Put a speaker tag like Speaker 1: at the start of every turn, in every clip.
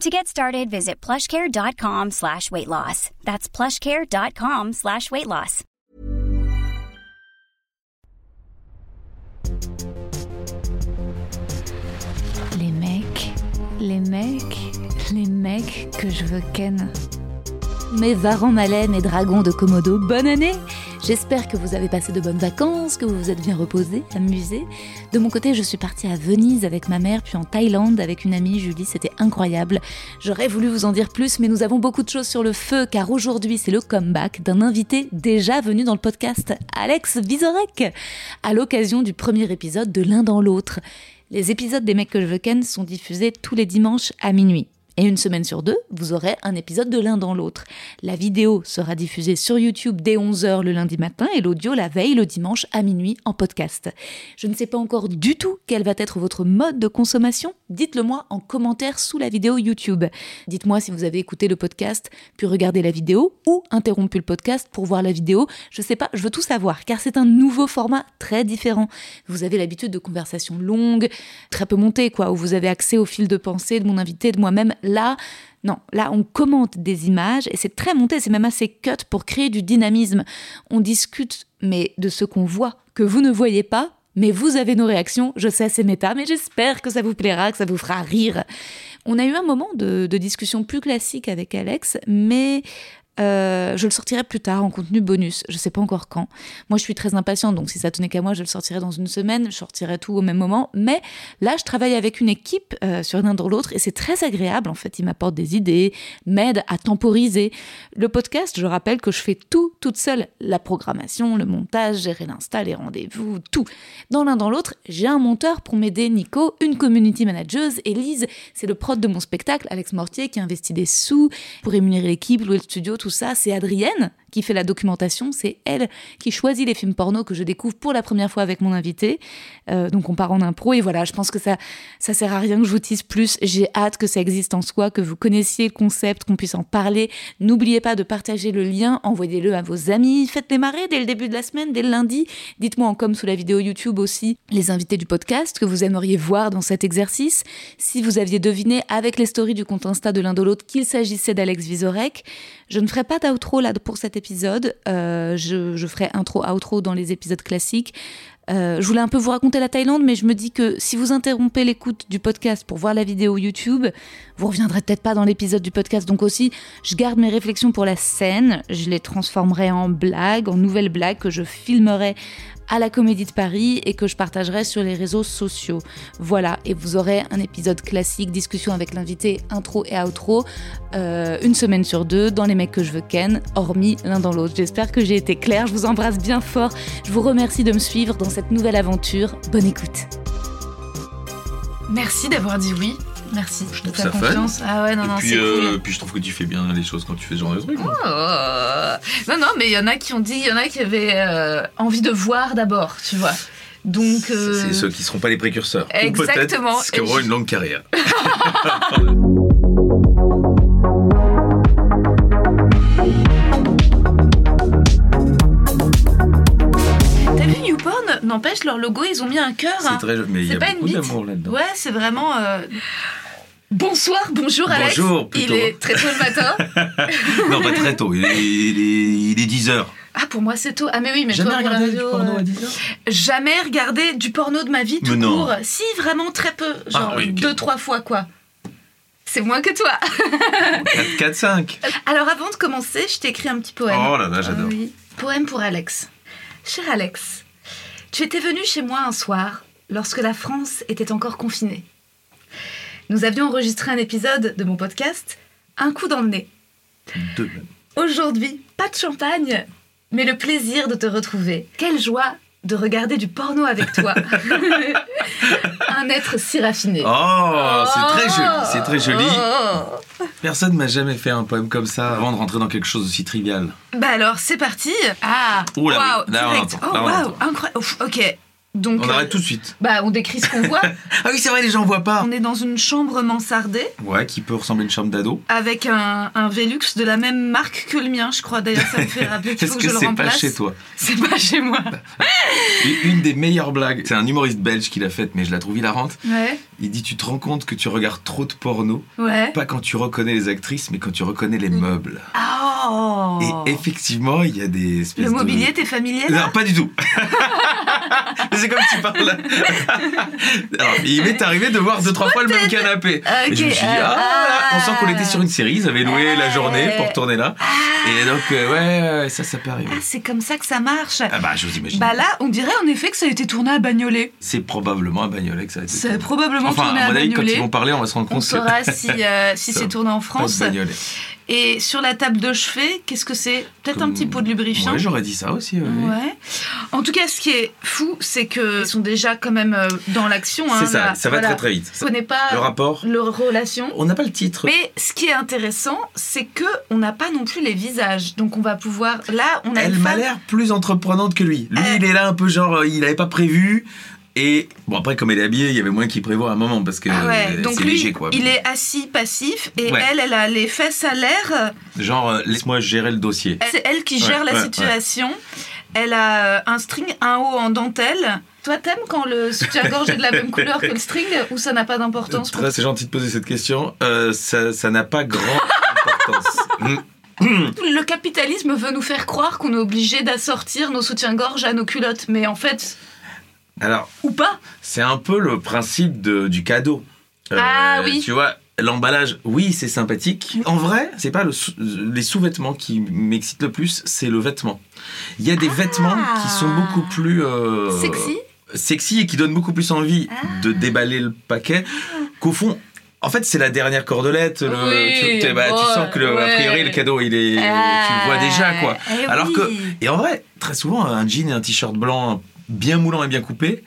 Speaker 1: To get started, visit plushcare.com slash weight loss. That's plushcare.com slash weight loss.
Speaker 2: Les mecs, les mecs, les mecs que je veux ken. Mes varans malènes et dragons de Komodo, bonne année J'espère que vous avez passé de bonnes vacances, que vous vous êtes bien reposés, amusés. De mon côté, je suis partie à Venise avec ma mère, puis en Thaïlande avec une amie, Julie, c'était incroyable. J'aurais voulu vous en dire plus, mais nous avons beaucoup de choses sur le feu, car aujourd'hui, c'est le comeback d'un invité déjà venu dans le podcast, Alex Vizorek, à l'occasion du premier épisode de L'un dans l'autre. Les épisodes des mecs que je veux ken sont diffusés tous les dimanches à minuit. Et une semaine sur deux, vous aurez un épisode de l'un dans l'autre. La vidéo sera diffusée sur YouTube dès 11h le lundi matin et l'audio la veille le dimanche à minuit en podcast. Je ne sais pas encore du tout quel va être votre mode de consommation. Dites-le moi en commentaire sous la vidéo YouTube. Dites-moi si vous avez écouté le podcast, puis regardé la vidéo ou interrompu le podcast pour voir la vidéo. Je sais pas, je veux tout savoir car c'est un nouveau format très différent. Vous avez l'habitude de conversations longues, très peu montées quoi, où vous avez accès au fil de pensée de mon invité, de moi-même là, non, là, on commente des images et c'est très monté, c'est même assez cut pour créer du dynamisme. On discute, mais de ce qu'on voit, que vous ne voyez pas, mais vous avez nos réactions. Je sais, c'est méta, mais j'espère que ça vous plaira, que ça vous fera rire. On a eu un moment de, de discussion plus classique avec Alex, mais euh, je le sortirai plus tard en contenu bonus, je sais pas encore quand. Moi je suis très impatiente, donc si ça tenait qu'à moi, je le sortirai dans une semaine, je sortirai tout au même moment. Mais là, je travaille avec une équipe euh, sur l'un dans l'autre et c'est très agréable en fait. Ils m'apportent des idées, m'aident à temporiser. Le podcast, je rappelle que je fais tout toute seule la programmation, le montage, gérer l'insta, les rendez-vous, tout. Dans l'un dans l'autre, j'ai un monteur pour m'aider, Nico, une community manageuse, Elise, c'est le prod de mon spectacle, Alex Mortier qui investit des sous pour rémunérer l'équipe, louer le studio, tout ça, c'est Adrienne qui fait la documentation, c'est elle qui choisit les films porno que je découvre pour la première fois avec mon invité. Euh, donc on part en impro et voilà, je pense que ça ça sert à rien que je vous tease plus. J'ai hâte que ça existe en soi, que vous connaissiez le concept, qu'on puisse en parler. N'oubliez pas de partager le lien, envoyez-le à vos amis, faites-les marrer dès le début de la semaine, dès le lundi. Dites-moi en com sous la vidéo YouTube aussi les invités du podcast que vous aimeriez voir dans cet exercice. Si vous aviez deviné avec les stories du compte Insta de l'un de l'autre qu'il s'agissait d'Alex Vizorek, je ne ferai pas d'outro là pour cet épisode. Euh, je, je, ferai intro, outro dans les épisodes classiques. Euh, je voulais un peu vous raconter la Thaïlande, mais je me dis que si vous interrompez l'écoute du podcast pour voir la vidéo YouTube, vous reviendrez peut-être pas dans l'épisode du podcast. Donc aussi, je garde mes réflexions pour la scène. Je les transformerai en blagues, en nouvelles blagues que je filmerai à la Comédie de Paris et que je partagerai sur les réseaux sociaux. Voilà, et vous aurez un épisode classique, discussion avec l'invité, intro et outro, euh, une semaine sur deux, dans les mecs que je veux ken, hormis l'un dans l'autre. J'espère que j'ai été claire, je vous embrasse bien fort, je vous remercie de me suivre dans cette nouvelle aventure. Bonne écoute.
Speaker 3: Merci d'avoir dit oui. Merci.
Speaker 4: Je
Speaker 3: de
Speaker 4: trouve
Speaker 3: ta
Speaker 4: ça fun.
Speaker 3: confiance. Ah ouais, non,
Speaker 4: et
Speaker 3: non,
Speaker 4: puis,
Speaker 3: c'est
Speaker 4: euh,
Speaker 3: cool.
Speaker 4: puis je trouve que tu fais bien les choses quand tu fais ce genre de truc.
Speaker 3: Oh. Non, non, mais il y en a qui ont dit, il y en a qui avaient euh, envie de voir d'abord, tu vois. Donc.
Speaker 4: C'est-
Speaker 3: euh,
Speaker 4: C'est ceux qui seront pas les précurseurs.
Speaker 3: Exactement.
Speaker 4: Ou peut-être ceux qui
Speaker 3: Et
Speaker 4: auront
Speaker 3: je-
Speaker 4: une longue carrière.
Speaker 3: T'as vu YouPorn N'empêche, leur logo, ils ont mis un cœur. hein.
Speaker 4: C'est très joli, mais il y
Speaker 3: C'est
Speaker 4: a
Speaker 3: pas une
Speaker 4: beaucoup
Speaker 3: bite.
Speaker 4: d'amour là-dedans.
Speaker 3: Ouais, c'est vraiment. euh, Bonsoir, bonjour Alex.
Speaker 4: Bonjour,
Speaker 3: Il
Speaker 4: plutôt.
Speaker 3: est très tôt le matin.
Speaker 4: non, pas très tôt. Il est, il est- il est 10 heures.
Speaker 3: Ah, pour moi, c'est tôt. Ah, mais oui, mais toi, pour la radio, euh,
Speaker 4: 10 heures
Speaker 3: Jamais regardé du porno de ma vie tout
Speaker 4: Mais non.
Speaker 3: court. Si, vraiment très peu. Genre
Speaker 4: Ah oui, ok.
Speaker 3: deux, trois fois, quoi. C'est moins que toi.
Speaker 4: 4, 4, 5.
Speaker 3: Alors, avant de commencer, je t'écris un petit poème.
Speaker 4: Oh là là, j'adore.
Speaker 3: Oui. Poème pour Alex. Cher Alex,
Speaker 5: Tu étais venu chez moi un soir, lorsque la France était encore confinée. Nous avions enregistré un épisode de mon podcast, Un coup dans le nez.
Speaker 3: Ah,
Speaker 4: Deux même.
Speaker 5: Aujourd'hui, pas de champagne, mais le plaisir de te retrouver. Quelle joie de regarder du porno avec toi. un être si raffiné.
Speaker 4: Oh, c'est très joli, c'est très joli.
Speaker 5: Oh.
Speaker 4: Personne m'a jamais fait un poème comme ça avant de rentrer dans quelque chose aussi trivial.
Speaker 5: Bah alors, c'est parti. Ah,
Speaker 4: Ouh là,
Speaker 5: waouh,
Speaker 4: oui. Là, on
Speaker 5: direct.
Speaker 4: entend.
Speaker 5: Oh,
Speaker 4: Là, on
Speaker 5: waouh,
Speaker 4: entend.
Speaker 5: incroyable. Ouf, Ok, donc.
Speaker 4: On
Speaker 5: euh,
Speaker 4: arrête tout de suite.
Speaker 5: Bah, on décrit ce qu'on voit.
Speaker 4: Ah oui, c'est vrai, les gens voient pas.
Speaker 5: on est dans une chambre mansardée
Speaker 4: Ouais, qui peut ressembler à une chambre d'ado.
Speaker 5: avec un, un Velux de la même marque que le mien, je crois. D'ailleurs, ça me fait rappeler qu'il
Speaker 4: Est-ce
Speaker 5: faut que,
Speaker 4: que
Speaker 5: je le
Speaker 4: c'est pas
Speaker 5: remplace.
Speaker 4: chez toi Bah.
Speaker 5: C'est pas chez moi.
Speaker 4: Et une des meilleures blagues, c'est un humoriste belge qui l'a faite, mais je la trouve hilarante.
Speaker 5: Ouais,
Speaker 4: Il dit Tu te rends compte que tu regardes trop de porno,
Speaker 5: ouais.
Speaker 4: pas quand tu reconnais les actrices, mais quand tu reconnais les meubles.
Speaker 5: Ah, Oh
Speaker 4: Et effectivement, il y a des espèces
Speaker 5: Le
Speaker 4: de-
Speaker 5: mobilier, t'es familier là
Speaker 4: Non, pas du tout. Mais c'est comme tu parles. Alors, il m'est arrivé de voir deux, trois fois le même canapé.
Speaker 5: Ok,
Speaker 4: Et je me suis dit,
Speaker 5: euh,
Speaker 4: ah,
Speaker 5: ah.
Speaker 4: on sent qu'on était sur une série, ils avaient loué la journée pour tourner là. Et donc, euh, ouais, ouais, ça, ça peut arriver.
Speaker 5: Ah, c'est comme ça que ça marche.
Speaker 4: Ah bah, je vous imagine.
Speaker 5: Bah là, on dirait en effet que ça a été tourné à Bagnolet.
Speaker 4: c'est probablement un bagnolet que ça a été.
Speaker 5: C'est
Speaker 4: tourné.
Speaker 5: probablement
Speaker 4: Enfin,
Speaker 5: tourné
Speaker 4: à
Speaker 5: à
Speaker 4: mon avis, quand
Speaker 5: Bagnolet.
Speaker 4: ils vont parler, on va se rendre
Speaker 5: On
Speaker 4: compte que
Speaker 5: saura si, euh, si
Speaker 4: Ça
Speaker 5: c'est tourné en
Speaker 4: pas
Speaker 5: France.
Speaker 4: de bagnolet.
Speaker 5: Et sur la table de chevet, qu'est-ce que c'est Peut-être un
Speaker 4: Comme-
Speaker 5: petit pot de lubrifiant.
Speaker 4: Ouais, j'aurais dit ça aussi. ouais.
Speaker 5: Ouais. En tout cas, ce qui est fou, c'est qu'ils sont déjà quand même euh, dans l'action. hein,
Speaker 4: C'est ça,
Speaker 5: là.
Speaker 4: ça va
Speaker 5: Voilà.
Speaker 4: très très vite.
Speaker 5: Je connais pas
Speaker 4: Le rapport,
Speaker 5: leur relation.
Speaker 4: on n'a pas le titre.
Speaker 5: Mais ce qui est intéressant, c'est que on n'a pas non plus les visages. Donc on va pouvoir. Là, on a
Speaker 4: Elle
Speaker 5: une
Speaker 4: m'a
Speaker 5: femme.
Speaker 4: l'air plus entreprenante que lui. Lui,
Speaker 5: Euh.
Speaker 4: il est là un peu genre, euh, il n'avait pas prévu. Et bon, après, comme elle est habillée, il y avait moins qu'il prévoit à un moment parce que
Speaker 5: Ah ouais.
Speaker 4: euh,
Speaker 5: Donc
Speaker 4: c'est
Speaker 5: lui,
Speaker 4: léger quoi.
Speaker 5: il est assis passif et
Speaker 4: Ouais.
Speaker 5: elle, elle a les fesses à l'air.
Speaker 4: Genre, euh, laisse-moi gérer le dossier.
Speaker 5: Elle- C'est elle qui gère
Speaker 4: Ouais,
Speaker 5: la
Speaker 4: ouais,
Speaker 5: situation. Elle a euh, un string, un haut en dentelle. Toi, t'aimes quand le soutien-gorge est de la même couleur que le string ou ça n'a pas d'importance pour
Speaker 4: Très, c'est gentil de poser cette question. Euh, ça ça n'a pas grande importance. Mm.
Speaker 5: Le capitalisme veut nous faire croire qu'on est obligé d'assortir nos soutiens-gorge à nos culottes, mais en fait,
Speaker 4: Alors,
Speaker 5: ou pas.
Speaker 4: c'est un peu le principe de- du cadeau. Euh,
Speaker 5: Ah oui.
Speaker 4: Tu vois, l'emballage, oui, c'est sympathique. En vrai, c'est pas le sou- les sous-vêtements qui m'excitent le plus, c'est le vêtement. Il y a des vêtements qui sont beaucoup plus euh,
Speaker 5: Ah. Sexy Ah.
Speaker 4: sexy et qui donnent beaucoup plus envie de déballer le paquet qu'au fond. En fait, c'est la dernière cordelette. Le,
Speaker 5: Oui,
Speaker 4: tu, t'es- bah, tu
Speaker 5: bon,
Speaker 4: sens que, le- a
Speaker 5: ouais.
Speaker 4: priori, le cadeau, il est, tu le vois déjà, quoi.
Speaker 5: Eh
Speaker 4: Alors
Speaker 5: oui.
Speaker 4: que, et en vrai, très souvent, un jean et un t-shirt blanc bien moulant et bien coupé,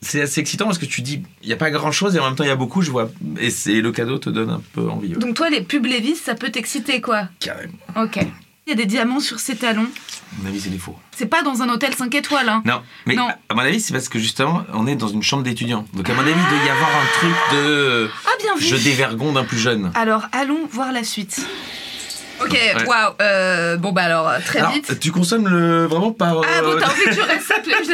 Speaker 4: c'est assez excitant parce que tu dis, il n'y a pas grand chose et en même temps, il y a beaucoup, je vois. Et c'est le cadeau te donne un peu envie. ouais.
Speaker 5: Donc toi, les pubs Lévis, ça peut t'exciter, quoi.
Speaker 4: Carrément.
Speaker 5: Ok. Il y a des diamants sur ses talons.
Speaker 4: À mon avis, c'est des faux.
Speaker 5: C'est pas dans un hôtel 5 étoiles, hein.
Speaker 4: Non, mais
Speaker 5: Non.
Speaker 4: à mon avis, c'est parce que justement, on est dans une chambre d'étudiants. Donc, à mon avis, il doit y avoir un truc de.
Speaker 5: Ah, bien vu
Speaker 4: Je dévergonde un plus jeune.
Speaker 5: Alors, allons voir la suite. Ok,
Speaker 4: Ouais.
Speaker 5: waouh. euh, bon, bah alors, très
Speaker 4: Alors,
Speaker 5: vite.
Speaker 4: tu consommes le vraiment par.
Speaker 5: Ah bon,
Speaker 4: euh,
Speaker 5: t'as envie que je reste ça plus
Speaker 4: parce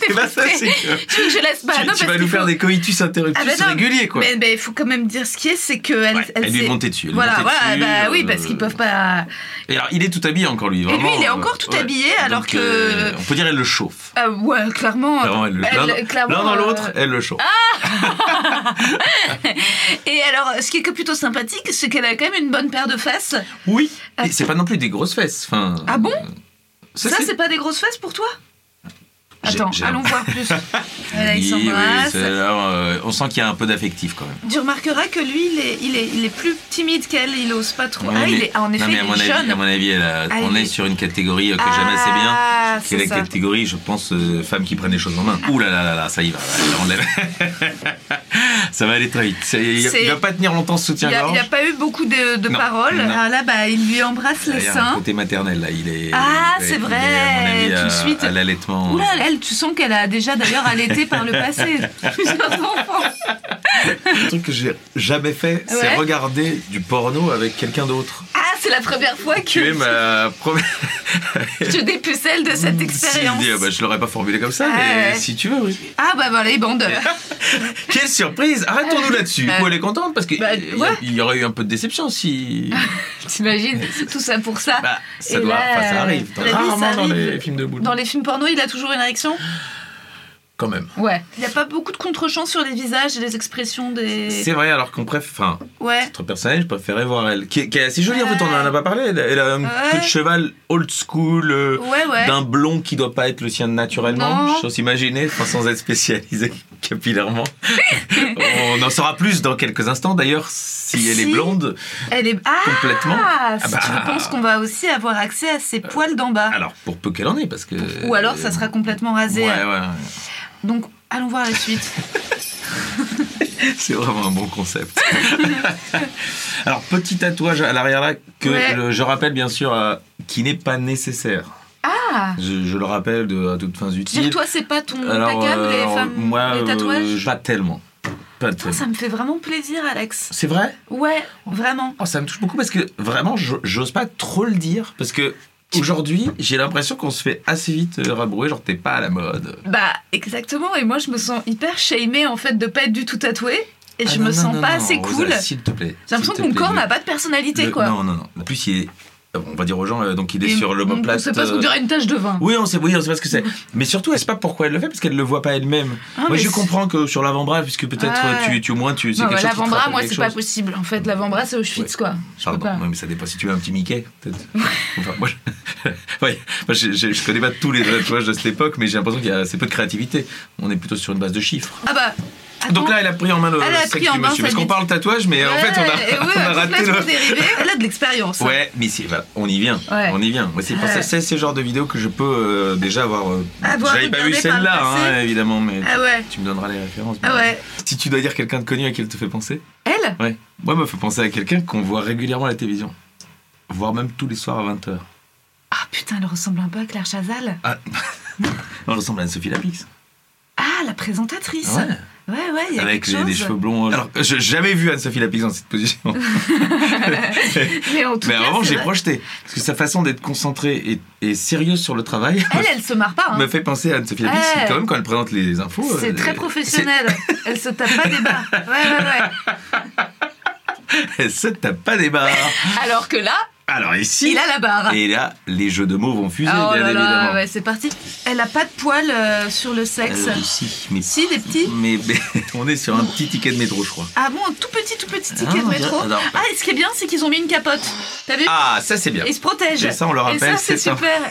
Speaker 4: que là, ça, c'est que.
Speaker 5: Tu veux que je laisse pas Bah,
Speaker 4: tu
Speaker 5: Non,
Speaker 4: tu
Speaker 5: parce
Speaker 4: vas
Speaker 5: qu'il
Speaker 4: nous faire
Speaker 5: faut-
Speaker 4: des coitus interruptus
Speaker 5: Ah, bah non,
Speaker 4: réguliers, quoi.
Speaker 5: Mais mais il faut quand même dire ce qui est, c'est que elle,
Speaker 4: Ouais, elle lui est
Speaker 5: s'est-
Speaker 4: montée dessus, elle est
Speaker 5: voilà,
Speaker 4: montée
Speaker 5: voilà,
Speaker 4: dessus,
Speaker 5: bah oui,
Speaker 4: euh,
Speaker 5: parce qu'ils peuvent pas.
Speaker 4: Et alors, il est tout habillé encore, lui.
Speaker 5: lui,
Speaker 4: Vraiment,
Speaker 5: il est
Speaker 4: euh,
Speaker 5: encore tout
Speaker 4: ouais.
Speaker 5: habillé, alors
Speaker 4: Donc,
Speaker 5: que-
Speaker 4: euh, on peut dire, elle le chauffe.
Speaker 5: Ah ouais, clairement.
Speaker 4: Clairement, elle Ah le- L'un
Speaker 5: elle- clairement,
Speaker 4: l'un dans
Speaker 5: euh,
Speaker 4: l'autre, elle le chauffe.
Speaker 5: Et alors, ce qui est que plutôt sympathique, c'est qu'elle a quand même une bonne paire de fesses.
Speaker 4: oui. Et c'est pas non plus des grosses fesses. Enfin, euh,
Speaker 5: Ah bon
Speaker 4: ça,
Speaker 5: Ça, c'est pas des grosses fesses pour toi
Speaker 4: J'ai-
Speaker 5: Attends,
Speaker 4: j'ai-
Speaker 5: allons voir plus. Voilà,
Speaker 4: Oui,
Speaker 5: il
Speaker 4: oui,
Speaker 5: s'embrasse.
Speaker 4: c'est- alors, euh, on sent qu'il y a un peu d'affectif quand même.
Speaker 5: Tu remarqueras que lui, il est, il est, il est plus timide qu'elle, il ose pas trop.
Speaker 4: Oui,
Speaker 5: ah, il
Speaker 4: mais-
Speaker 5: est, ah, en effet,
Speaker 4: non, mais à
Speaker 5: il
Speaker 4: mon
Speaker 5: est
Speaker 4: avis,
Speaker 5: jeune.
Speaker 4: à mon avis, elle a-
Speaker 5: Ah,
Speaker 4: on
Speaker 5: il
Speaker 4: est
Speaker 5: est-
Speaker 4: sur une catégorie euh, que
Speaker 5: Ah,
Speaker 4: j'aime assez bien.
Speaker 5: c'est
Speaker 4: C'est la
Speaker 5: ça.
Speaker 4: catégorie, je pense, euh, femmes qui prennent les choses en main. Ouh là là là là, ça y va. là, on lève. ça va aller très vite. C'est- Il,
Speaker 5: C'est-
Speaker 4: il va pas tenir longtemps ce
Speaker 5: Il a,
Speaker 4: soutien-gorge.
Speaker 5: il a pas eu beaucoup de, de
Speaker 4: Non,
Speaker 5: paroles.
Speaker 4: non.
Speaker 5: Ah, là, bah, il lui embrasse les
Speaker 4: Il y a un
Speaker 5: seins.
Speaker 4: côté maternel là. Il est.
Speaker 5: Ah,
Speaker 4: il est-
Speaker 5: c'est
Speaker 4: il est, à
Speaker 5: vrai,
Speaker 4: mon avis,
Speaker 5: tout de
Speaker 4: à-
Speaker 5: suite.
Speaker 4: À l'allaitement.
Speaker 5: Oula, elle, tu sens qu'elle a déjà d'ailleurs allaité par le passé plusieurs enfants.
Speaker 4: Le truc que j'ai jamais fait,
Speaker 5: Ouais.
Speaker 4: c'est regarder du porno avec quelqu'un d'autre.
Speaker 5: Ah, c'est la première fois
Speaker 4: Tu es
Speaker 5: que
Speaker 4: ma première
Speaker 5: je dépucelle de cette expérience.
Speaker 4: Si, je dis, ah bah, je l'aurais pas formulé comme ça,
Speaker 5: Ah,
Speaker 4: mais
Speaker 5: ouais.
Speaker 4: si tu veux, oui.
Speaker 5: Ah, bah voilà, les bandes.
Speaker 4: Quelle surprise Arrêtons-nous là-dessus.
Speaker 5: Bah,
Speaker 4: Ou elle est contente parce que
Speaker 5: bah,
Speaker 4: il y,
Speaker 5: ouais.
Speaker 4: a- il y aurait eu un peu de déception si.
Speaker 5: T'imagines Tout ça pour ça.
Speaker 4: Bah, ça
Speaker 5: Et
Speaker 4: doit.
Speaker 5: là,
Speaker 4: enfin, ça arrive. Dans-
Speaker 5: la vie, ça
Speaker 4: rarement dans
Speaker 5: arrive.
Speaker 4: les films de boules.
Speaker 5: Dans les films porno, il a toujours une érection
Speaker 4: quand même.
Speaker 3: Ouais.
Speaker 5: Il n'y a pas beaucoup de contre-champs sur les visages et les expressions des.
Speaker 4: C'est vrai, alors qu'on préfère. Enfin,
Speaker 5: Ouais.
Speaker 4: Notre personnage, je préférais voir elle. Qui, est- qui est assez jolie en fait,
Speaker 5: Ouais.
Speaker 4: on en a pas parlé. Elle, elle a un
Speaker 5: Ouais.
Speaker 4: queue de cheval old school, euh,
Speaker 5: Ouais, ouais.
Speaker 4: d'un blond qui doit pas être le sien naturellement.
Speaker 5: Non.
Speaker 4: Je Chose imaginée, enfin, sans être spécialisé capillairement. on en saura plus dans quelques instants d'ailleurs, si elle est
Speaker 5: Si.
Speaker 4: blonde.
Speaker 5: Elle est. Ah
Speaker 4: Complètement. Ah bah.
Speaker 5: Je pense qu'on va aussi avoir accès à ses poils d'en bas.
Speaker 4: Alors, pour peu qu'elle en ait, parce que.
Speaker 5: Ou alors ça sera complètement rasé.
Speaker 4: Euh, Ouais, ouais, ouais.
Speaker 5: Donc allons voir la suite.
Speaker 4: C'est vraiment un bon concept. alors, petit tatouage à l'arrière là, que
Speaker 5: Ouais.
Speaker 4: le- je rappelle bien sûr, euh, qui n'est pas nécessaire.
Speaker 3: Ah
Speaker 4: Je, je le rappelle de, à toutes fins utiles.
Speaker 5: Dire toi c'est pas ton ta
Speaker 4: Alors,
Speaker 5: cam,
Speaker 4: euh,
Speaker 5: les
Speaker 4: alors,
Speaker 5: femmes,
Speaker 4: moi,
Speaker 5: les tatouages.
Speaker 4: euh, pas tellement. Pas
Speaker 5: Putain,
Speaker 4: tellement.
Speaker 5: ça me fait vraiment plaisir Alex.
Speaker 4: C'est vrai
Speaker 5: Ouais, vraiment.
Speaker 4: Oh, Ça me touche beaucoup parce que vraiment, je- j'ose pas trop le dire. Parce que aujourd'hui, j'ai l'impression qu'on se fait assez vite euh, rabrouer. Genre, t'es pas à la mode.
Speaker 3: Bah, exactement. Et moi, je me sens hyper shamée en fait de pas être du tout tatouée. Et je
Speaker 4: Ah, non,
Speaker 3: me
Speaker 4: non,
Speaker 3: sens
Speaker 4: non,
Speaker 3: pas
Speaker 4: non,
Speaker 3: assez
Speaker 4: Rosa,
Speaker 3: cool. J'ai
Speaker 4: S'il te plaît.
Speaker 3: l'impression
Speaker 4: s'il
Speaker 3: que
Speaker 4: te
Speaker 3: mon
Speaker 4: plaît,
Speaker 3: corps
Speaker 4: le-
Speaker 3: n'a pas de personnalité,
Speaker 4: le-
Speaker 3: quoi.
Speaker 4: Non, non, non. En plus, il est. On va dire aux gens, euh, donc il est
Speaker 3: Et
Speaker 4: sur le bon euh,
Speaker 3: on- On sait pas ce qu'on dirait une tache de vin.
Speaker 4: Oui on, sait, oui, on sait pas ce que c'est. Mais surtout, elle sait pas pourquoi elle le fait, parce qu'elle le voit pas elle-même.
Speaker 5: Ah,
Speaker 4: moi,
Speaker 5: mais
Speaker 4: je
Speaker 5: c'est-
Speaker 4: comprends que sur l'avant-bras, puisque peut-être euh,
Speaker 5: Ouais.
Speaker 4: tu, tu, au moins, tu. c'est
Speaker 3: Non, bah,
Speaker 4: quelque chose qui te
Speaker 3: l'avant-bras,
Speaker 4: rappelle
Speaker 3: moi,
Speaker 4: quelque
Speaker 3: c'est pas
Speaker 4: chose.
Speaker 3: possible. En fait, l'avant-bras, c'est Auschwitz,
Speaker 4: Ouais.
Speaker 3: quoi. Je peux
Speaker 4: Pardon,
Speaker 3: pas.
Speaker 4: oui, mais ça dépend si tu veux un petit Mickey, peut-être. Enfin, moi, je... ouais, moi, je, je- je connais pas tous les tatouages de cette époque, mais j'ai l'impression qu'il y a assez peu de créativité. On est plutôt sur une base de chiffres.
Speaker 5: Ah bah. attends.
Speaker 4: Donc là, elle a pris en main le,
Speaker 5: Elle a
Speaker 4: le
Speaker 5: pris en
Speaker 4: du
Speaker 5: main
Speaker 4: monsieur.
Speaker 5: sa
Speaker 4: Parce qu'on
Speaker 5: bite.
Speaker 4: parle tatouage, mais en
Speaker 5: Ouais,
Speaker 4: fait, on a,
Speaker 5: et ouais,
Speaker 4: on a raté
Speaker 5: complètement
Speaker 4: le.
Speaker 5: dérivé. Elle a de l'expérience. hein.
Speaker 4: Ouais, mais c'est, bah, on y vient.
Speaker 3: Ouais.
Speaker 4: On y vient. Ouais, c'est, pour ça-
Speaker 5: Ouais.
Speaker 4: c'est ce genre de vidéo que je peux euh, déjà avoir. euh,
Speaker 5: Avoir
Speaker 4: J'avais pas vu
Speaker 5: regardé par le
Speaker 4: celle-là, hein,
Speaker 5: passé.
Speaker 4: évidemment, mais
Speaker 5: Ah ouais.
Speaker 4: tu me donneras les références.
Speaker 5: Ah ouais.
Speaker 4: Si tu dois dire quelqu'un de connu à qui elle te fait penser
Speaker 3: Elle
Speaker 4: Ouais. Moi, me fait penser à quelqu'un qu'on voit régulièrement à la télévision. Voire même tous les soirs à 20h.
Speaker 5: Ah putain, elle ressemble un peu à Claire Chazal.
Speaker 4: Ah. Elle ressemble à Sophie Lapix.
Speaker 5: Ah, la présentatrice. Ouais, ouais, il y a
Speaker 4: Avec
Speaker 5: quelque
Speaker 4: les,
Speaker 5: chose.
Speaker 4: les cheveux blonds. euh. Alors, j'ai jamais vu Anne-Sophie Lapix dans cette position.
Speaker 3: Mais en tout
Speaker 4: Mais
Speaker 3: cas,
Speaker 4: avant,
Speaker 3: c'est
Speaker 4: j'ai
Speaker 3: vrai.
Speaker 4: projeté. Parce que sa façon d'être concentrée et, et sérieuse sur le travail
Speaker 5: Elle, elle se marre pas. hein.
Speaker 4: me fait penser à Anne-Sophie Lapix.
Speaker 5: Ouais.
Speaker 4: qui, Quand même, quand elle présente les infos.
Speaker 5: C'est
Speaker 4: elle-
Speaker 5: très professionnel. Elle se tape pas des barres. Ouais, ouais, ouais.
Speaker 4: c'est- Elle se tape pas des barres.
Speaker 3: Alors que là,
Speaker 4: Alors ici.
Speaker 5: Il a la barre.
Speaker 4: Et là, les jeux de mots vont fuser,
Speaker 5: Ah, oh
Speaker 4: bien
Speaker 5: là là,
Speaker 4: évidemment.
Speaker 5: ouais, c'est parti. Elle a pas de poils euh, sur le sexe.
Speaker 4: Euh, si, mais,
Speaker 5: Si, des petits.
Speaker 4: mais, mais on est sur un petit ticket de métro, je crois.
Speaker 5: Ah bon, un tout petit, tout petit ticket
Speaker 4: Ah,
Speaker 5: de
Speaker 4: on
Speaker 5: métro.
Speaker 4: dirait- non.
Speaker 5: Ah, et ce qui est bien, c'est qu'ils ont mis une capote. T'as vu
Speaker 4: Ah, ça c'est bien.
Speaker 5: Ils se protègent.
Speaker 4: Et ça, on le rappelle,
Speaker 5: Et ça, c'est
Speaker 4: c'est un-
Speaker 5: super.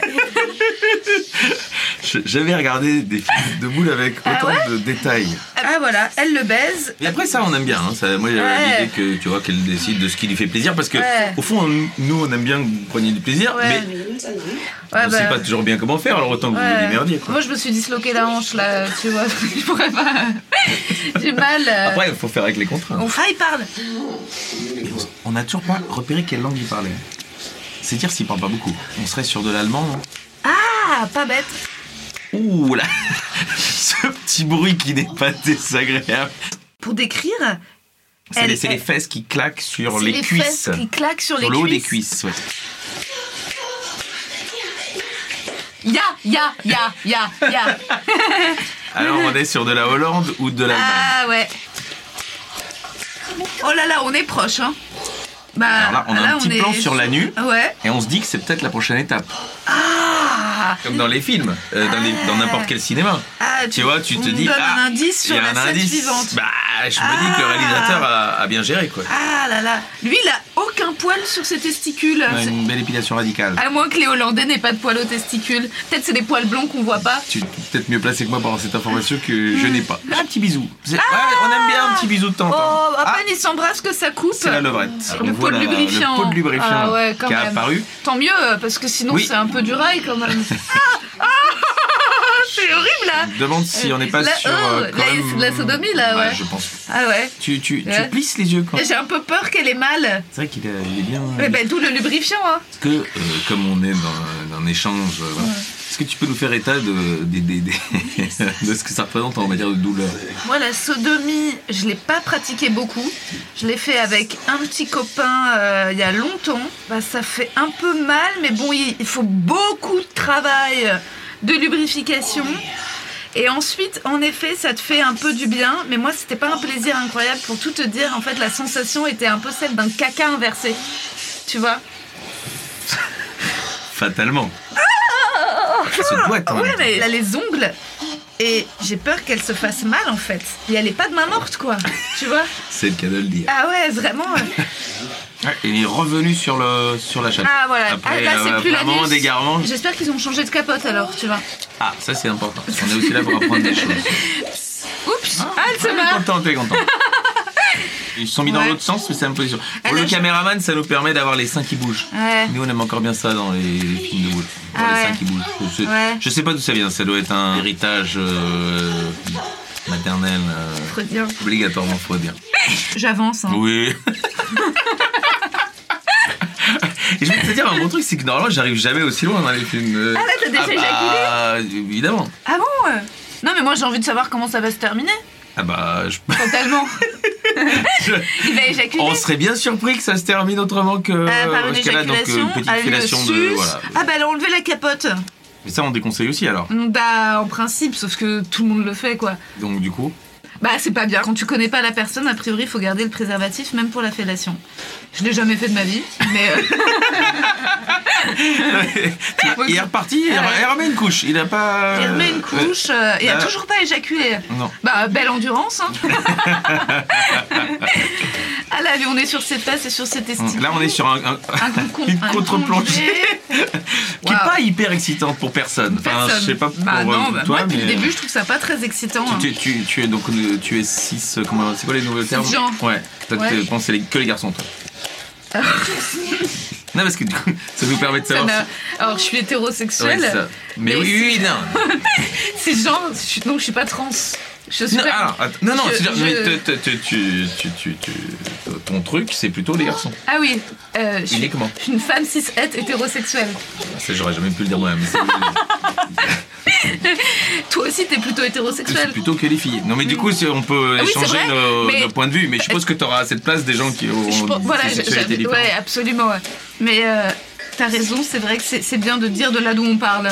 Speaker 4: Je- J'avais regardé des films de boules avec autant de détails.
Speaker 5: ah voilà, elle le baise.
Speaker 4: Et après ça, on aime bien. hein. Ça, moi, j'avais
Speaker 5: Ouais.
Speaker 4: l'idée que tu vois qu'elle décide de ce qui lui fait plaisir parce que
Speaker 5: Ouais.
Speaker 4: au fond, on- nous, on aime bien que vous preniez du plaisir,
Speaker 5: Ouais.
Speaker 4: mais
Speaker 5: Ouais, bah,
Speaker 4: on sait pas toujours bien comment faire. Alors autant que vous
Speaker 5: ouais.
Speaker 4: vous démerdiez. quoi.
Speaker 5: Moi, je me suis disloqué la hanche, là, tu vois. je pourrais pas. J'ai mal. euh.
Speaker 4: Après, il faut faire avec les contraintes.
Speaker 5: On... Ah, il parle.
Speaker 4: On n'a toujours pas repéré quelle langue il parlait. C'est dire s'il parle pas beaucoup. On serait sur de l'allemand. non
Speaker 5: Ah, pas bête.
Speaker 4: Ouh là, ce petit bruit qui n'est pas désagréable.
Speaker 5: Pour décrire,
Speaker 4: C'est
Speaker 5: Elle-
Speaker 4: les, c'est les
Speaker 5: elle-
Speaker 4: fesses qui claquent sur
Speaker 5: c'est
Speaker 4: les,
Speaker 5: les
Speaker 4: cuisses.
Speaker 5: fesses qui claquent sur,
Speaker 4: sur
Speaker 5: les
Speaker 4: le haut
Speaker 5: cuisses.
Speaker 4: des cuisses. ouais.
Speaker 3: ya, ya, ya, ya, ya.
Speaker 4: Alors on est sur de la Hollande ou de l'Allemagne.
Speaker 5: Ah ouais. Oh là là, on est proche, hein. Bah,
Speaker 4: Alors là, on a un petit
Speaker 5: est-
Speaker 4: plan sur la nuit.
Speaker 5: Ouais.
Speaker 4: Et on se dit que c'est peut-être la prochaine étape.
Speaker 5: Ah,
Speaker 4: Comme dans les films, euh, dans les- dans n'importe quel cinéma.
Speaker 5: ah,
Speaker 4: Tu vois, tu te
Speaker 5: on
Speaker 4: dis.
Speaker 5: donne
Speaker 4: ah,
Speaker 5: un indice sur
Speaker 4: il y a
Speaker 5: la
Speaker 4: un
Speaker 5: scène
Speaker 4: indice.
Speaker 5: suivante.
Speaker 4: Bah, je me dis que
Speaker 5: Ah.
Speaker 4: le réalisateur a, a bien géré, quoi.
Speaker 5: Ah là là, lui il a aucun poil sur ses testicules.
Speaker 4: Ouais,
Speaker 5: Ah, C'est-
Speaker 4: une belle épilation radicale.
Speaker 5: À moins que les Hollandais n'aient pas de poil aux testicules. Peut-être c'est des poils blonds qu'on voit pas.
Speaker 4: Tu es peut-être mieux placé que moi pour avoir cette information que je n'ai pas. Un petit bisou. C'est- ouais, on aime bien un petit bisou de temps en
Speaker 5: Oh,
Speaker 4: temps.
Speaker 5: à
Speaker 4: Ah,
Speaker 5: peine ils s'embrassent que ça coupe.
Speaker 4: c'est la levrette.
Speaker 5: le
Speaker 4: On
Speaker 5: pot
Speaker 4: voit
Speaker 5: de
Speaker 4: la-
Speaker 5: lubrifiant.
Speaker 4: Le pot de lubrifiant
Speaker 5: Ah ouais, quand
Speaker 4: qui
Speaker 5: même.
Speaker 4: a apparu.
Speaker 5: Tant mieux, euh, parce que sinon
Speaker 4: Oui.
Speaker 5: c'est un peu du rail quand même. ah, ah, c'est horrible là.
Speaker 4: Je demande si on n'est pas
Speaker 5: La-
Speaker 4: sur.
Speaker 5: oh,
Speaker 4: euh, quand
Speaker 5: la-
Speaker 4: même-
Speaker 5: la sodomie, là, ouais.
Speaker 4: Je pense.
Speaker 5: Ah ouais.
Speaker 4: Tu, tu, tu
Speaker 5: Ouais.
Speaker 4: plisses les yeux bah. quand
Speaker 5: J'ai un peu peur qu'elle ait mal.
Speaker 4: C'est vrai qu'il est, il est bien.
Speaker 5: Mais ben, d'où le lubrifiant. Hein.
Speaker 4: Est-ce que, euh, comme on est dans un, un échange, euh, voilà, est-ce que tu peux nous faire état de, des- des- des- de ce que ça représente en matière de douleur
Speaker 5: Moi, la sodomie, je l'ai pas pratiquée beaucoup. Je l'ai fait avec un petit copain euh, il y a longtemps. Bah, ça fait un peu mal, mais bon, il, il faut beaucoup de travail, euh, de lubrification. Et ensuite, en effet, ça te fait un peu du bien. Mais moi, c'était pas un plaisir incroyable pour tout te dire. En fait, la sensation était un peu celle d'un caca inversé. Tu vois
Speaker 4: Fatalement. Ça doit être, hein.
Speaker 5: Ouais, mais elle a les ongles Et j'ai peur qu'elle se fasse mal en fait. Et elle est pas de main morte quoi, tu vois
Speaker 4: C'est le cas de le dire.
Speaker 5: Ah ouais, vraiment. euh,
Speaker 4: Il est revenu sur, le, sur la chatte.
Speaker 5: Ah voilà,
Speaker 4: Après,
Speaker 5: Ah, là c'est
Speaker 4: euh,
Speaker 5: plus la
Speaker 4: vraiment d'égarement.
Speaker 5: J'espère qu'ils ont changé de capote alors, tu vois.
Speaker 4: Ah, ça c'est important. On est aussi là pour apprendre des choses.
Speaker 5: Oups, ah, elle se
Speaker 4: Elle est
Speaker 5: marre.
Speaker 4: contente, elle est contente. Ils se sont mis dans
Speaker 5: Ouais.
Speaker 4: l'autre sens, mais c'est une position. Pour
Speaker 5: Elle
Speaker 4: le
Speaker 5: a-
Speaker 4: caméraman, ça nous permet d'avoir les seins qui bougent.
Speaker 5: Ouais.
Speaker 4: Nous, on aime encore bien ça dans les films de boules. Dans
Speaker 5: Ah
Speaker 4: les
Speaker 5: ouais.
Speaker 4: seins qui bougent. Je,
Speaker 5: Ouais.
Speaker 4: je sais pas d'où ça vient. Ça doit être un héritage euh, maternel euh,
Speaker 5: Très bien.
Speaker 4: obligatoirement, faut dire.
Speaker 5: J'avance. Hein.
Speaker 4: Oui. Et je vais te dire un bon truc, c'est que normalement j'arrive jamais aussi loin dans les films. euh.
Speaker 5: Ah là, t'as déjà
Speaker 4: bah, évidemment.
Speaker 5: Ah bon euh Non mais moi j'ai envie de savoir comment ça va se terminer.
Speaker 4: Ah bah, je-
Speaker 5: Totalement. Il va éjaculer.
Speaker 4: on serait bien surpris que ça se termine autrement que.
Speaker 5: Euh, par une
Speaker 4: parce qu'elle a donc, euh,
Speaker 5: éjaculation,
Speaker 4: petite
Speaker 5: elle le
Speaker 4: fellation de.
Speaker 5: suce.
Speaker 4: Voilà.
Speaker 5: Ah bah elle a enlevé la capote.
Speaker 4: Mais ça, on déconseille aussi alors.
Speaker 5: Bah en principe, sauf que tout le monde le fait quoi.
Speaker 4: Donc, du coup.
Speaker 5: Bah c'est pas bien. Quand tu connais pas la personne, a priori, il faut garder le préservatif même pour la fellation. Je l'ai jamais fait de ma vie, mais euh,
Speaker 4: il est reparti, il
Speaker 5: Ouais.
Speaker 4: il remet une couche. Il a pas.
Speaker 5: Euh, il remet une couche euh, et a
Speaker 4: bah-
Speaker 5: toujours pas éjaculé.
Speaker 4: Non.
Speaker 5: Bah belle endurance. Hein. ah là, lui, on est sur ses fesses et sur ses testicules.
Speaker 4: Là, on est sur un- un,
Speaker 5: un concon,
Speaker 4: une
Speaker 5: un
Speaker 4: contre-plongée.
Speaker 5: congrès.
Speaker 4: qui est
Speaker 5: Waouh.
Speaker 4: pas hyper excitante pour personne. Enfin, je sais pas pour
Speaker 5: bah,
Speaker 4: euh,
Speaker 5: non,
Speaker 4: toi,
Speaker 5: bah, moi, depuis
Speaker 4: mais
Speaker 5: le début, je trouve ça pas très excitant. hein.
Speaker 4: tu, tu, tu- tu es donc euh, tu es 6 comment c'est quoi les nouveaux termes
Speaker 5: gens.
Speaker 4: Ouais. Toi
Speaker 5: Ouais.
Speaker 4: tu penses que c'est les- que les garçons toi. non parce que du coup, ça nous permet de
Speaker 5: Ça
Speaker 4: savoir.
Speaker 5: m'a-
Speaker 4: si-
Speaker 5: Alors, je suis hétérosexuelle.
Speaker 4: Ouais, c'est ça. Mais,
Speaker 5: Mais
Speaker 4: oui, oui, oui, non.
Speaker 5: c'est genre, je suis- donc je suis pas trans. Je suis
Speaker 4: Non, ah.
Speaker 5: pas-
Speaker 4: alors, attends, non, non,
Speaker 5: Je-
Speaker 4: c'est dire,
Speaker 5: je-
Speaker 4: mais te- te- te- tu, tu, tu, tu, ton truc, c'est plutôt les garçons.
Speaker 5: Ah oui, euh, je, suis,
Speaker 4: Uniquement.
Speaker 5: je suis une femme cis het hétérosexuelle.
Speaker 4: Ah, Ça, j'aurais jamais pu le dire moi-même. mais c'est-
Speaker 5: Toi aussi, t'es plutôt
Speaker 4: C'est
Speaker 5: hétérosexuelle.
Speaker 4: plutôt que les filles. Non, mais du coup, c'est- on peut
Speaker 5: Mm. Ah oui, c'est
Speaker 4: échanger
Speaker 5: vrai,
Speaker 4: nos,
Speaker 5: mais-
Speaker 4: nos points de vue, mais je suppose que tu auras à cette place des gens qui ont
Speaker 5: Je pense-
Speaker 4: des
Speaker 5: voilà, je-
Speaker 4: sexualités
Speaker 5: je-
Speaker 4: différentes.
Speaker 5: ouais, absolument. ouais. Mais euh, t'as raison, c'est vrai que c'est c'est bien de dire de là d'où on parle.